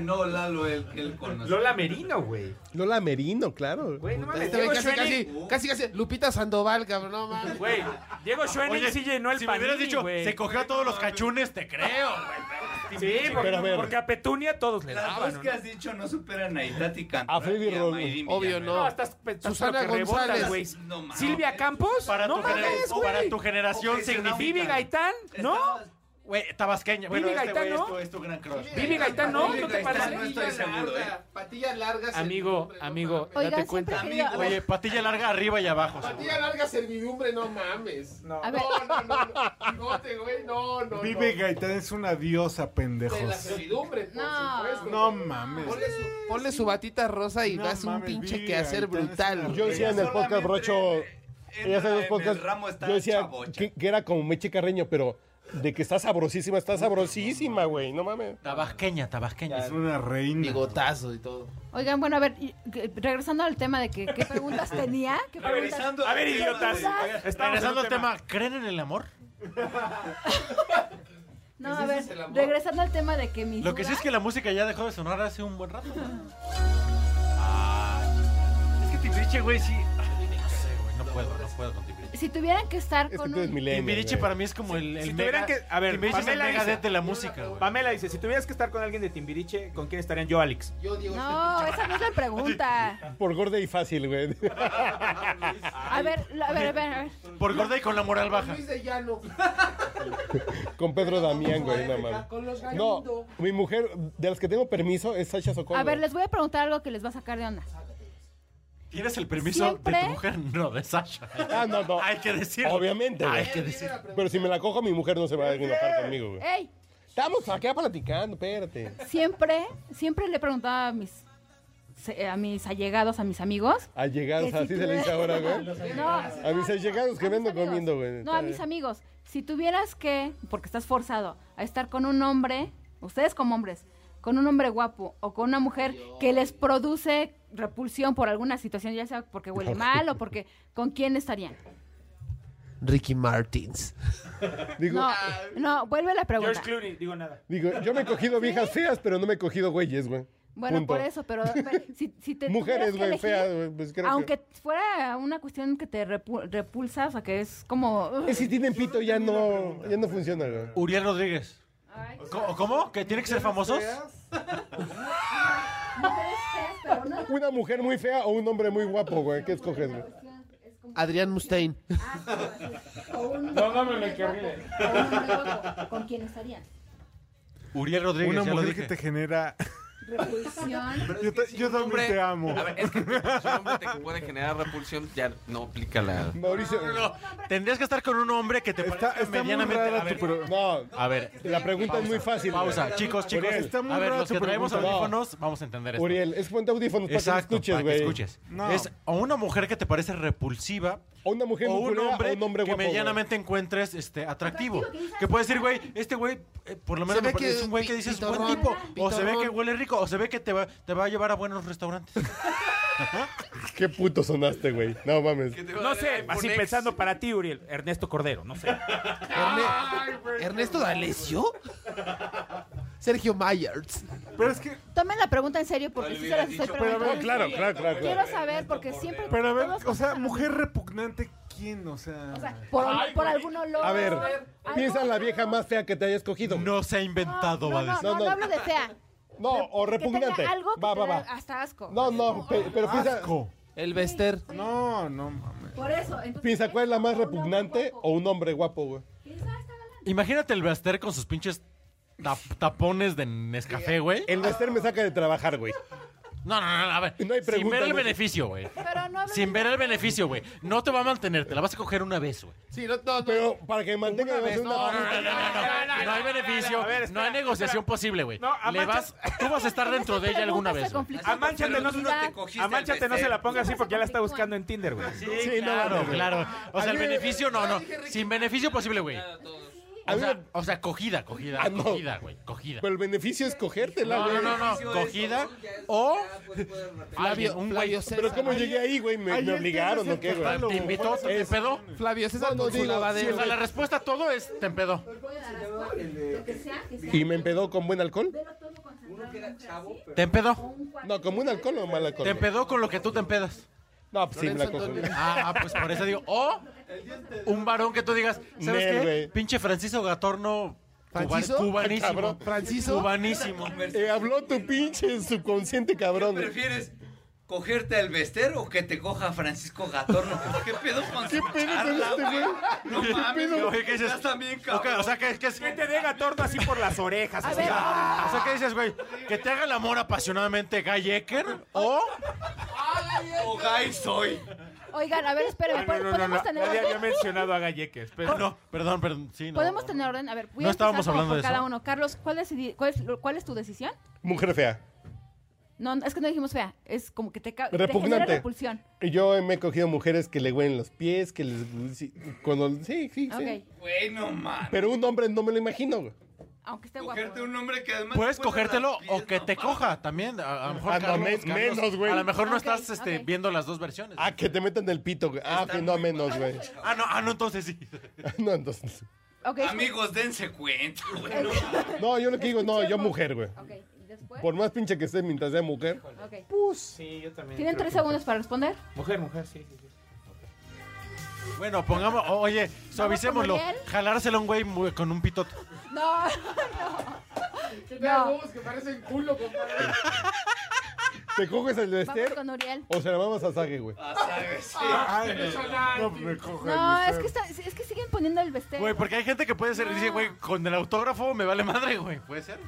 S8: No, Lalo, él, él conoce.
S7: Lola Merino, güey.
S4: Lola Merino, claro.
S7: Güey, no mames,
S3: Este güey
S7: Diego
S3: casi,
S7: Schoening.
S3: casi, casi, casi. Lupita Sandoval, cabrón, no mames.
S7: Güey, Diego Schoening
S5: Oye,
S7: sí llenó el
S5: si me
S7: panini,
S5: hubieras dicho,
S7: güey.
S5: se cogió a todos los cachunes, te creo, güey.
S7: Sí, porque,
S4: Pero a ver.
S7: porque a Petunia todos le
S8: Las
S7: daban.
S8: dos
S7: ¿no?
S8: que has dicho no superan a Itati Cantoral
S4: A Phoebe
S8: y
S4: Rolo-
S8: Mayrin
S3: Obvio
S8: Villanueva.
S3: no.
S7: No, estás, estás
S3: Susana
S7: pero que rebotas,
S3: González.
S7: güey.
S8: Pues, No mames.
S7: Silvia Campos.
S5: Para,
S7: no
S5: tu, genera-
S7: mames, güey.
S5: para tu generación
S8: Ok, se da un
S5: significa.
S7: Vivi Gaitán, ¿no.
S8: Estabas-
S5: Güey, tabasqueña. Bueno,
S7: Vivi
S5: este
S7: Gaitán,
S5: güey este es
S7: ¿no?
S5: tu- es tu gran crush.
S7: Vivi Gaitán, ¿no?
S8: Vivi
S7: ¿No te
S8: Gaitán,
S7: parece?
S8: no estoy seguro, ¿eh?
S3: Patillas largas.
S7: Amigo, amigo,
S6: Oigan,
S7: date
S6: siempre
S7: cuenta.
S6: que diga-
S5: Oye, patilla larga arriba y abajo. seguro.
S3: Patilla larga servidumbre, no mames. No,
S6: A ver.
S3: no, no. no. Bigote, güey, no, no.
S2: Vivi
S3: no.
S2: Gaitán es una diosa, pendejos.
S3: De la servidumbre, por
S6: No.
S3: supuesto.
S2: No mames.
S3: Ponle su, ponle su batita rosa y
S2: No
S3: das un
S2: mames,
S3: pinche
S2: Vivi
S3: quehacer
S2: Gaitán es
S3: brutal.
S2: una-
S4: Yo decía en el podcast
S8: Solamente
S4: Brocho.
S8: entra
S4: Ella hace dos
S8: en
S4: podcasts.
S8: el ramo está
S4: Yo decía
S8: chavocha.
S4: que, que era como Meche Carreño, pero de que está sabrosísima, está sabrosísima, güey. No mames.
S5: Tabasqueña, tabasqueña.
S2: Es una reina.
S3: Bigotazo y todo.
S6: Oigan, bueno, a ver, y- que- regresando al tema de que, qué preguntas tenía. ¿Qué preguntas?
S8: Regresando
S7: A ver,
S8: al tema,
S7: idiotas.
S8: güey.
S7: Estamos
S5: Regresando
S7: en
S5: al
S7: un
S5: tema, ¿creen en el amor?
S6: No, a
S3: Ese
S6: ver,
S3: es el amor.
S6: regresando al tema de que mis
S5: Lo que sí
S6: dudas-
S5: es que la música ya dejó de sonar hace un buen rato. ¿no? Ah, es que Timbiriche, güey, sí. Ah, No sé, güey, no puedo, no puedo con Timbiriche.
S6: Si tuvieran que estar
S4: Es que
S6: con
S4: tú eres
S6: un...
S4: milenio.
S5: Timbiriche
S4: güey.
S5: para mí es como el, el
S7: si
S5: mega.
S7: tuvieran que- a ver,
S5: Timbiriche es el
S7: Pamela
S5: mega
S7: dice-
S5: dead de la música, güey.
S7: Pamela dice, si tuvieras que estar con alguien de Timbiriche, ¿con quién estarían yo, Alex?
S3: Yo digo,
S6: No, esa no es la pregunta.
S4: Por gorda y fácil, güey.
S6: A ver, la- a ver, a ver, a ver.
S5: Por gorda y con la moral
S3: Juan
S5: baja.
S3: Luis de Llano.
S4: Con Pedro Damián, güey. No mames.
S3: Con los
S4: No,
S3: Galindo.
S4: mi mujer, de las que tengo permiso, es Sasha Sokol.
S6: A ver,
S4: güey.
S6: les voy a preguntar algo que les va a sacar de onda.
S5: ¿Tienes el permiso de tu
S6: Siempre-
S5: mujer? No, de Sasha.
S4: Ah, no, no.
S5: Hay que decirlo.
S4: Obviamente, güey.
S5: Hay que decirlo.
S4: Pero si me la cojo, mi mujer no se va a enojar conmigo, güey.
S6: ¡Ey!
S4: Estamos acá platicando, espérate.
S6: Siempre, siempre le he preguntado a mis se- a mis allegados, a mis amigos.
S4: Allegados,
S6: Que si
S4: así
S6: tú-
S4: se le dice ahora, güey.
S6: No,
S4: A mis allegados que vendo comiendo, güey.
S6: No, a mis amigos, si tuvieras que, porque estás forzado a estar con un hombre, ustedes como hombres, con un hombre guapo o con una mujer que les produce repulsión por alguna situación, ya sea porque huele mal o porque con quién estarían.
S3: Ricky Martins.
S4: Digo, ah,
S6: No,
S3: "Ah,
S6: no, vuelve la pregunta.
S7: George Clooney, digo nada.
S4: digo, yo me he cogido viejas feas, pero no me he cogido güeyes, güey.
S6: Bueno,
S4: Punto.
S6: por eso, pero, pero si, si te tuvieras
S4: Mujeres,
S6: que
S4: güey,
S6: elegir,
S4: feas, güey. Pues creo que-
S6: aunque fuera una cuestión que te repu- repulsa, o sea, que es como... "Ugh".
S4: Es si tienen pito ya no, ya no funciona, güey.
S5: Uriel Rodríguez. ¿Cómo? cómo? ¿Que tiene que ser famosos?
S4: Una mujer muy fea o un hombre muy guapo, güey. ¿Qué escoges, güey?
S3: Adrián Mustaine.
S7: No, mames, qué horrible.
S6: ¿Con quién estarían?
S5: Uriel Rodríguez,
S2: Una
S5: ya lo
S2: mujer que
S5: dije.
S2: te genera.
S6: Repulsión.
S2: Yo, ta- yo también
S1: hombre-
S2: te amo.
S1: A ver, es que si un hombre te puede generar repulsión, ya no aplica la.
S4: Mauricio.
S5: No, tendrías que estar con un hombre que te
S2: Está,
S5: parezca
S2: está muy
S5: medianamente...
S2: rara
S5: a ver,
S2: tu pro-
S4: No,
S5: a ver,
S4: la pregunta es muy fácil. güey.
S5: pausa. Chicos, chicos.
S4: Uriel,
S2: está muy
S5: a ver,
S2: rara
S5: los
S2: tu
S5: que traemos
S2: pregunta.
S5: audífonos, vamos a entender esto.
S4: Uriel, es ponte audífonos para que me
S5: Exacto,
S4: escuches,
S5: para que
S4: güey.
S5: escuches.
S2: No.
S5: Es o una mujer que te parece repulsiva
S4: O una mujer
S5: o
S4: muy
S5: un
S4: culera,
S5: hombre,
S4: o un hombre
S5: que
S4: guapo, güey.
S5: medianamente encuentres este, atractivo. Que puedes decir, güey, este güey, eh, por lo menos
S3: Se ve
S5: me parece-
S3: que
S5: es un güey que
S3: pi-
S5: dices
S3: pitorrón,
S5: buen tipo. O se ve
S3: pitorrón.
S5: que huele rico, o se ve que te va, te va a llevar a buenos restaurantes.
S4: Qué puto sonaste, güey. No mames.
S7: No sé, así pensando para ti, Uriel. Ernesto Cordero, no sé.
S3: Ernesto D'Alessio. Sergio Myers.
S2: Pero es que,
S6: Tomen la pregunta en serio porque sí se las estoy
S4: Pero,
S6: preguntando.
S4: pero, claro, claro, claro. claro.
S6: Quiero saber porque siempre.
S2: pero a ver,
S6: todos
S2: o sea,
S6: contestan lo
S2: mujer
S6: mismo.
S2: repugnante, ¿quién? O sea.
S6: O sea, por, ol- por algún olor.
S4: A ver,
S6: algo-
S4: piensa en la vieja más fea que te hayas cogido.
S5: No se ha
S6: No,
S5: inventado,
S6: no,
S5: va a
S6: no,
S5: decir.
S6: no,
S4: No,
S6: no
S4: no.
S6: hablo de fea.
S4: No, o
S6: Que
S4: repugnante.
S6: tenga algo que
S4: va,
S6: te
S4: va,
S6: da
S4: va.
S6: hasta asco.
S4: No, no, pe- pero piensa,
S2: Asco.
S3: El Bester.
S2: No, no mames.
S6: Por eso. entonces,
S4: piensa cuál es la más
S6: un hombre
S4: repugnante
S6: guapo.
S4: o un hombre guapo, güey.
S6: Piensa hasta galán.
S5: Imagínate el Baster con sus pinches tap- tapones de Nescafé, güey.
S4: El Lester me saca de trabajar, güey.
S5: No, no, no, a ver.
S4: No hay
S5: sin
S4: pregunta,
S5: ver el
S4: no.
S5: beneficio, güey.
S6: Pero no hablo de-
S5: Sin ver el beneficio, güey. No te va a mantener, te la vas a coger una vez, güey.
S3: Sí, no, no, no.
S4: Pero para que mantenga
S3: Una vez,
S4: una
S3: no,
S5: No, no, no, no, no, no, no hay beneficio,
S7: A ver, espera,
S5: no hay negociación posible, güey.
S7: No, a
S5: Le vas, tú vas a estar dentro de ella
S6: Preguntas
S5: alguna
S6: de
S5: vez. güey.
S6: conflicto.
S7: A Manchate no,
S8: Pero tú no te cogiste
S7: a Manchate
S8: al
S7: no se
S8: Bester.
S7: la ponga así porque ya la está buscando en Tinder, güey.
S4: Sí, no,
S5: Claro,
S4: no, no.
S5: claro. O sea, el
S4: A mí-
S5: beneficio no, no. Sin beneficio posible, güey.
S4: A
S5: O
S4: mí
S5: sea,
S4: me-
S5: o sea, cogida, cogida,
S4: Ah, no.
S5: cogida, güey, cogida.
S4: Pero el beneficio es cogértela,
S5: No,
S4: güey.
S5: no, no, no, cogida o alguien, un güey.
S3: Flavio César.
S4: Pero cómo llegué ahí, güey, me, me obligaron, ¿o qué, güey?
S5: ¿Te invitó? ¿Te empedó?
S3: Flavio César
S4: No, no,
S3: con su
S4: digo,
S5: O sea,
S3: lavadero.
S5: la respuesta a todo es te empedó.
S4: ¿Y me empedó con buen alcohol?
S5: Te empedó.
S4: No, ¿con buen alcohol o mal alcohol?
S5: Te empedó con lo que tú te empedas.
S4: No, pues sí, me la cojo.
S5: Ah, ah, pues por eso digo, o un varón que tú digas, ¿sabes
S4: Nel,
S5: qué?
S4: güey.
S5: Pinche Francisco Gatorno cuba-
S3: ¿Franciso?
S5: cubanísimo.
S4: Cabrón.
S3: ¿Franciso?
S5: Cubanísimo.
S4: Eh, habló tu pinche subconsciente, cabrón.
S8: ¿Prefieres cogerte al Bester o que te coja Francisco Gatorno? ¿Qué pedo con
S4: ¿Qué
S8: su
S4: pedo con
S8: charla,
S4: este
S8: güey?
S4: güey?
S8: No
S4: ¿Qué
S8: mames,
S4: pedo?
S8: güey, que dices, estás también
S5: Ok,
S8: cabrón.
S5: o sea, que, que es- ah.
S7: Que te dé gatorno así por las orejas.
S6: A
S7: así.
S6: ver,
S7: Ah.
S5: o sea, ¿qué dices, güey? ¿Que te haga el amor apasionadamente Guy Ecker? ¿O
S8: O gay soy.
S6: oigan, a ver, espérenme.
S7: No,
S6: ¿pod-
S7: no, no, no,
S6: ¿Podemos
S7: no,
S6: tener
S7: Ya había
S6: orden?
S7: mencionado a Galleques. Pero
S5: No, perdón, perdón. Sí, no.
S6: ¿Podemos tener orden? A ver, voy
S5: No
S6: a empezar
S5: estábamos
S6: como
S5: hablando
S6: por
S5: de
S6: cada
S5: eso.
S6: uno. Carlos, ¿cuál, decidi- cuál, es, cuál es tu decisión?
S4: Mujer fea.
S6: No, es que no dijimos fea. Es como que te, ca- te genera
S4: Repugnante.
S6: repulsión.
S4: Y Yo me he cogido mujeres que le huelen los pies, que les... Sí, cuando... sí, sí, sí.
S6: Ok.
S8: Güey, no mames.
S4: Pero un hombre no me lo imagino, güey.
S6: Aunque esté guapo. ¿eh?
S8: Cogerte un hombre que además...
S5: Puedes
S8: te huele
S5: cogértelo
S8: las pies,
S5: o que
S8: no
S5: te
S8: mames.
S5: coja también. A, a lo mejor
S4: Ah, no,
S5: Carlos,
S4: men-
S5: Carlos,
S4: menos, güey.
S5: A lo mejor no
S6: Ok,
S5: estás este,
S6: ok.
S5: viendo las dos versiones.
S4: Ah, que te metan el pito, güey. Ah, que no, menos, güey.
S5: Ah, no, ah, no, entonces sí.
S4: No, entonces...
S6: Ok.
S8: Amigos, dense cuenta, güey. no
S4: No, yo lo que digo, no, yo mujer, güey.
S6: Ok, pues. después.
S4: Por más pinche que esté mientras sea mujer.
S6: Ok.
S7: Sí, yo también.
S6: Tienen tres segundos para responder.
S7: Mujer, mujer, sí, sí, sí.
S5: Bueno, pongamos, o- oye, suavicémoslo.
S6: Muriel?
S5: Jalárselo a un güey mu- con un pitote.
S6: No, no. no.
S3: que parecen culo, compadre.
S4: ¿Te coges el
S6: Vamos
S4: Lester
S6: con Uriel.
S4: o se la mamas a Sage, güey?
S5: Ah,
S2: No, me cojo
S6: No, es que, está- es que siguen poniendo el vestido.
S5: Güey, porque hay gente que puede ser, dice, güey, con el autógrafo me vale madre, güey. Puede ser.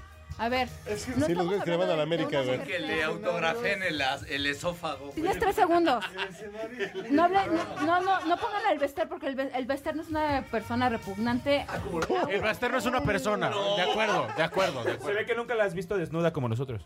S6: A ver. no
S4: sí, los
S6: estamos
S4: güeyes que le van a la
S6: hablando de-
S4: América,
S6: de una
S4: güey.
S8: Que
S6: mujer
S8: le
S6: fea.
S8: autografen el, as- el esófago.
S6: Tienes
S8: güey.
S6: tres segundos. No, hable, no, no, no pongan al Bester porque el, Be- el Bester no es una persona repugnante.
S4: Ah,
S5: El Baster no es una persona. De acuerdo, de acuerdo, de
S7: Se
S5: acuerdo.
S7: ve que nunca la has visto desnuda como nosotros.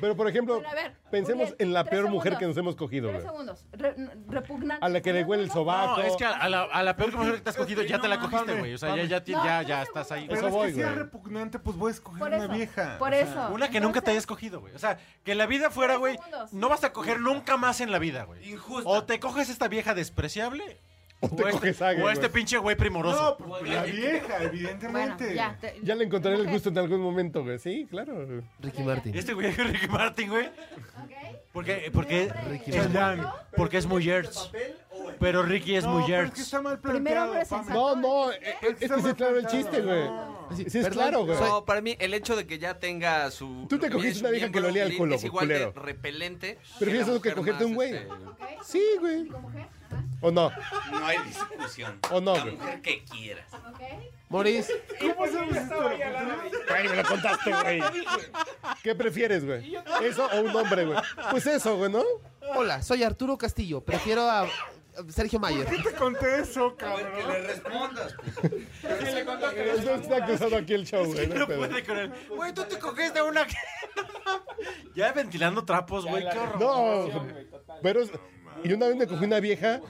S4: Pero, por ejemplo,
S6: Pero, a ver,
S4: pensemos
S6: Uriel,
S4: en la
S6: tres
S4: peor mujer
S6: segundos.
S4: que nos hemos cogido,
S6: Tres
S4: güey.
S6: segundos. Re- repugnante.
S4: A la que le huele el sobaco.
S5: No, es que a la, a la peor mujer que te has cogido ya te la cogiste, güey. O sea, ya, ya, ya, ya estás ahí.
S2: Pero es que si es repugnante, pues voy a escoger
S6: Por
S2: una
S6: eso,
S2: vieja.
S6: por
S2: O sea,
S6: eso.
S5: Una que nunca te hayas cogido, güey. O sea, que la vida fuera, güey,
S6: segundos.
S5: no vas a coger nunca más en la vida, güey.
S8: Injusta.
S5: O te coges esta vieja despreciable. O,
S4: te coges a
S5: este,
S4: alguien,
S5: o este
S4: güey.
S5: pinche güey
S2: No,
S5: primoroso.
S2: pues, la vieja,
S6: Bueno,
S2: evidentemente.
S6: ya. te-
S4: Ya le encontraré el
S6: mujer.
S4: gusto en algún momento, güey. Sí, claro.
S10: Ricky Martin.
S5: Este güey Ricky Martin, güey.
S6: Ok.
S5: Porque, porque,
S10: Ricky
S5: es,
S2: Martin.
S5: muy- porque es muy Yertz. Pero Ricky es
S2: No,
S5: muy
S2: pero es que
S5: Yertz.
S2: está mal
S6: Primero
S2: planteado.
S6: hombre
S2: Pame.
S6: sensato.
S4: No, no, eh, eh, es que sí es claro el chiste, güey. Sí, sí es claro, güey.
S1: No, para mí el hecho de que ya tenga su...
S4: Tú te
S1: su-
S4: cogiste
S1: su
S4: una vieja
S1: miembro
S4: que le olía el
S1: viril
S4: culo,
S1: Es igual de
S4: culero.
S1: repelente.
S4: Prefieres
S1: la
S4: eso que
S1: mujer
S4: cogerte un
S1: más,
S4: güey.
S1: este,
S6: Ok.
S4: Sí, güey.
S6: Como mujer. Ajá.
S4: ¿O no?
S8: No hay
S1: este,
S8: discusión.
S4: ¿O no,
S8: La
S4: güey?
S8: mujer que quieras.
S6: Ok.
S10: Moris,
S2: ¿Cómo sabes esto?
S4: Güey, me lo contaste, güey. ¿Qué prefieres, güey? ¿Eso o un hombre, güey? Pues eso, güey, ¿no?
S10: hola, soy Arturo Castillo. Prefiero a a Sergio Mayer.
S2: ¿Qué te conté eso,
S8: A ver, que
S2: cabrón?
S8: le respondas. pues.
S4: Eso está cruzando aquí el show, güey.
S5: No
S4: no hay pedo.
S5: puede con él. Güey, tú te cogiste una que... ya ventilando trapos, güey. Qué horror.
S4: No, pero es- y una vez me cogí una vieja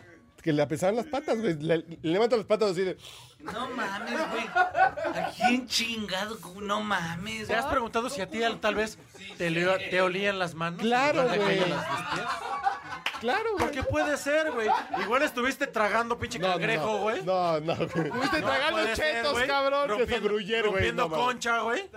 S4: que le apesaban las patas, güey. Le, le levanto las patas así de.
S8: No mames, güey. ¿A quién chingado? No mames.
S5: ¿Te has
S8: güey.
S5: preguntado si a ti al- tal vez te, leo- te olían las manos?
S4: Claro,
S5: ¿Te
S4: güey.
S5: caían las dos pies?
S4: Claro, güey.
S5: Porque puede ser, güey. Igual estuviste tragando pinche cangrejo, güey.
S4: No, no, güey.
S10: Estuviste tragando
S5: puede ser,
S10: chetos,
S5: güey.
S10: cabrón.
S5: Rompiendo,
S4: Gruyer, güey,
S5: rompiendo
S4: no mames.
S5: concha, güey.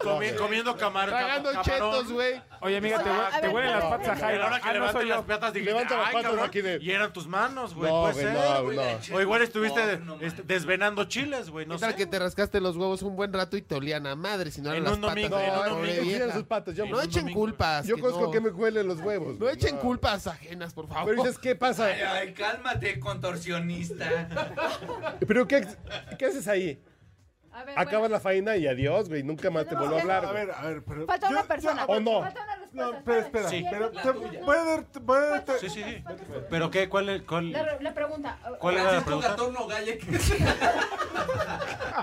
S5: Comi- comiendo camar-
S10: Tragando
S5: cama- camarón.
S10: chetos, güey.
S7: Oye, amiga,
S6: Oye, a
S7: te, te
S6: ver,
S7: huelen las
S6: pero-
S7: patas a
S5: Y a la
S7: Jairo.
S5: hora que
S7: Ah, no soy
S5: levantaste
S7: yo.
S5: las patas dijiste,
S4: Levanta las
S5: "Ay,
S4: patas
S5: cabrón",
S4: aquí de-
S5: Y eran tus manos, güey.
S4: No,
S5: puede
S4: güey,
S5: ser,
S4: no,
S5: güey.
S4: no.
S5: O igual estuviste
S8: No, no
S5: este, desvenando chiles, güey. No
S10: ¿Qué tal
S5: sé.
S10: que te rascaste los huevos un buen rato y te olían a madre si no eran
S5: En
S10: las
S5: un domingo,
S10: patas? de
S5: en
S10: la
S5: un
S10: pobre
S5: domingo.
S10: vieja.
S4: Giran sus patas. Yo,
S10: No
S5: un
S10: echen
S5: domingo,
S10: culpas.
S4: yo
S10: que
S4: conozco
S10: no.
S4: que me huelen los huevos.
S10: No
S4: güey,
S10: echen culpas ajenas, por favor.
S4: Pero dices, ¿qué
S8: Ay,
S4: pasa?
S8: ay, cálmate, contorsionista.
S4: ¿Pero qué, qué haces ahí?
S6: A ver,
S4: Acabas
S6: bueno.
S4: la faena y adiós, güey. Nunca más te
S6: Tenemos
S4: vuelvo a
S6: que-
S4: hablar,
S2: A
S4: güey.
S2: ver, a ver, pero.
S6: Falta
S2: yo-
S6: una
S2: yo-
S6: persona.
S4: ¿o no?
S6: Falta una respuesta.
S2: No, pero
S6: espérate.
S2: espera,
S5: Sí.
S2: pero
S6: La
S2: te-
S6: tuya.
S2: voy a dar, voy
S4: Pues,
S2: a dar-
S5: Sí, sí, sí. ¿Pero qué? ¿Cuál? es- cuál?
S6: La, la pregunta. a ver,
S5: ¿Cuál era la
S8: Francisco
S5: pregunta?
S8: Gatorno Galle.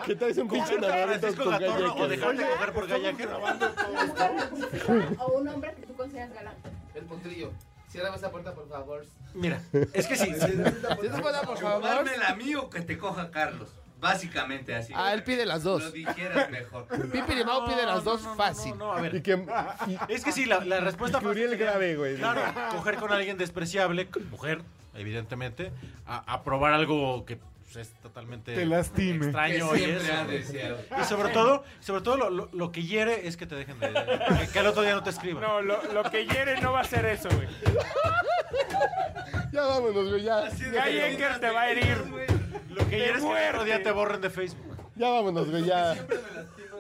S4: ¿Qué traes un pinche nadador
S5: Francisco
S4: con
S5: Gatorno o
S4: galletas?
S5: dejarte coger por gallaje?
S6: ¿Una mujer repugnante o un hombre que tú consideras galán?
S10: El potrillo. Cierra esa puerta, por favor.
S5: Mira, es que sí.
S10: Cierra esa puerta, por favor.
S8: Chupármela a mí o que te coja Carlos. Básicamente así.
S10: Ah, él pide las dos.
S8: Lo dijeras mejor.
S10: Pipi y Mau pide las dos
S5: No, no, no,
S10: fácil.
S5: No, no, a ver.
S4: Y que.
S5: Es que sí, la, la respuesta
S4: Y que Uriel
S5: sería,
S4: grave, güey.
S5: Claro, coger con alguien despreciable, con mujer, evidentemente, a, a probar algo que pues, es totalmente
S2: Te lastime.
S8: Que
S5: extraño y
S8: siempre
S5: eso.
S8: ha deseado.
S5: Y sobre todo, sobre todo lo, lo- lo que hiere es que te dejen de, que- que al otro día no te escriban.
S7: No, lo, lo que hiere no va a ser eso, güey.
S4: Ya vámonos, güey. Ya,
S7: Ya Yecker te va a herir.
S5: lo que hiere es que al otro día
S7: muerte.
S5: te borren de Facebook.
S4: ya vámonos, güey. Ya.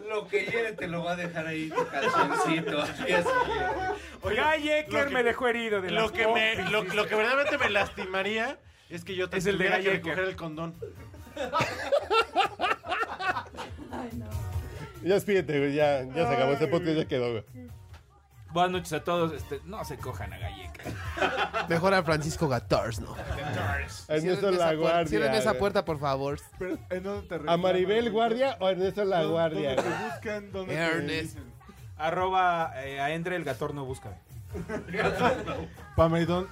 S8: Lo que llegue te lo va a dejar ahí tu calzoncito. Así es.
S7: Ya Yecker
S5: lo que-
S7: me dejó herido de
S5: Lo
S7: las
S5: que me,
S7: pompis,
S5: lo,
S7: dice.
S5: lo que verdaderamente me lastimaría es que yo te
S7: Es el de
S5: tuviera que
S7: Galleca.
S5: recoger el condón.
S4: Ya despídete, güey. Ya, ya se acabó este podcast. Ya quedó, güey.
S7: Buenas noches a todos. Este, no se cojan a Galleca.
S10: Mejor a Francisco Gatars, ¿no?
S4: Ernesto
S10: Cierren esa
S4: La
S10: puer- Cierren
S4: Guardia.
S10: esa
S4: güey.
S10: puerta, por favor.
S2: pero, ¿en dónde te
S4: ¿A
S2: reclaman,
S4: Maribel
S2: güey?
S4: Guardia o a Ernesto La
S2: ¿Dónde-
S4: Guardia?
S2: dónde
S4: güey?
S2: te buscan? ¿Dónde te
S10: Ernest.
S2: dicen?
S7: Arroba eh, a Endre el gatorno busca.
S2: Pame, ¿dónde-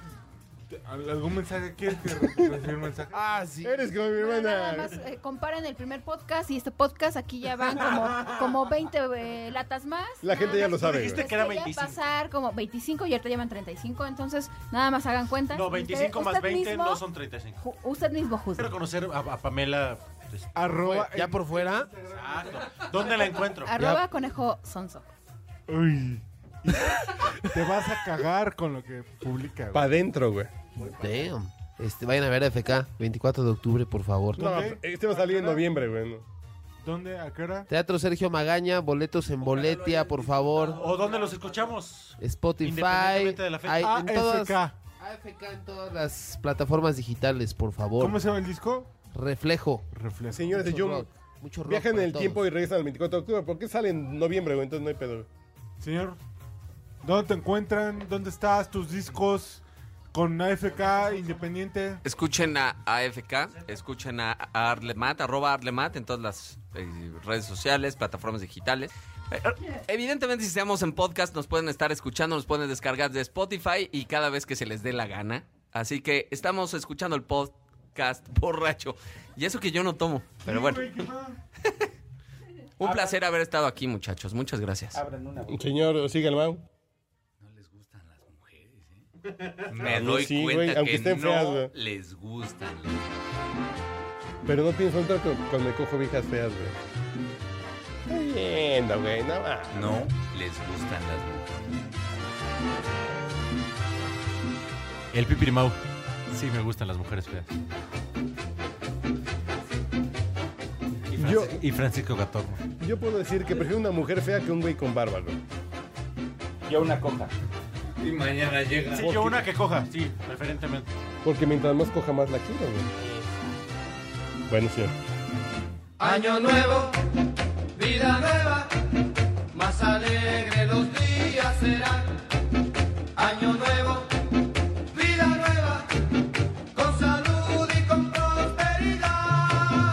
S2: te- ¿algún mensaje? ¿Quieres que re- recibir un mensaje?
S10: Ah, sí.
S4: Eres como mi
S6: Bueno, nada
S4: hermana.
S6: más eh, comparen el primer podcast y este podcast. Aquí ya van como, como 20 eh, latas más.
S4: La gente
S6: Nada
S4: ya
S6: más
S4: lo sabe,
S5: dijiste
S4: güey.
S6: les
S5: que era
S6: quería
S5: 25.
S6: pasar como 25 y ahorita llevan 35. Entonces, nada más hagan cuenta.
S5: No, 25 más 20 no son 35.
S6: Usted mismo juzgue.
S5: Quiero conocer a, a Pamela. pues,
S2: Arroba.
S10: Ya por fuera.
S5: Exacto. ¿Dónde la encuentro?
S6: Arroba conejo sonso.
S2: Uy. Te vas a cagar con lo que publica, güey.
S4: Pa' adentro, güey.
S10: Damn. Este, vayan a ver a FK, 24 de octubre, por favor.
S4: No,
S2: ¿Dónde?
S4: este va a salir en noviembre, güey. ¿no?
S2: ¿Dónde? ¿A qué hora?
S10: Teatro Sergio Magaña, boletos en Boletia, por favor.
S5: ¿O dónde los escuchamos?
S10: Spotify.
S5: Independientemente de la fecha.
S10: hay- en todas,
S2: AFK.
S10: AFK en todas las plataformas digitales, por favor.
S2: ¿Cómo se llama el disco?
S10: Reflejo.
S2: Reflejo.
S4: Señores de
S10: Mucho
S4: Jumbo.
S10: rock, Mucho rock
S4: Viajan en
S10: para
S4: el
S10: todos.
S4: tiempo y regresan al 24 de octubre. ¿Por qué sale en noviembre, güey? Entonces no hay pedo, güey.
S2: Señor, ¿dónde te encuentran? ¿Dónde estás? ¿Tus discos? Con AFK Independiente.
S1: Escuchen a AFK, escuchen a Arlemat, arroba Arlemat en todas las eh, redes sociales, plataformas digitales. Eh, Evidentemente, si estamos en podcast, nos pueden estar escuchando, nos pueden descargar de Spotify y cada vez que se les dé la gana. Así que estamos escuchando el podcast borracho. Y eso que yo no tomo, pero bueno. Un placer haber estado aquí, muchachos. Muchas gracias.
S4: Señor, sigue el Mau.
S8: Me
S4: Ah,
S8: doy
S4: sí, güey,
S8: cuenta
S4: aunque
S8: que
S4: estén
S8: no
S4: feas, güey.
S8: les gustan.
S4: Pero no pienso entrar con, con me cojo viejas feas, güey. Está yendo, güey, no va.
S8: No les gustan las mujeres.
S5: El pipirimau. Sí, me gustan las mujeres feas. Y, Franci-
S4: Yo-
S5: y Francisco Gatorno.
S4: Yo puedo decir que prefiero una mujer fea que un güey con bárbaro.
S7: Yo una coja.
S8: Y mañana llega.
S5: Sí, yo una que coja, sí, preferentemente.
S4: Porque mientras más coja, más la quiero, güey. Bueno, señor.
S9: Año nuevo, vida nueva, más alegre los días serán. Año nuevo, vida nueva, con salud y con prosperidad.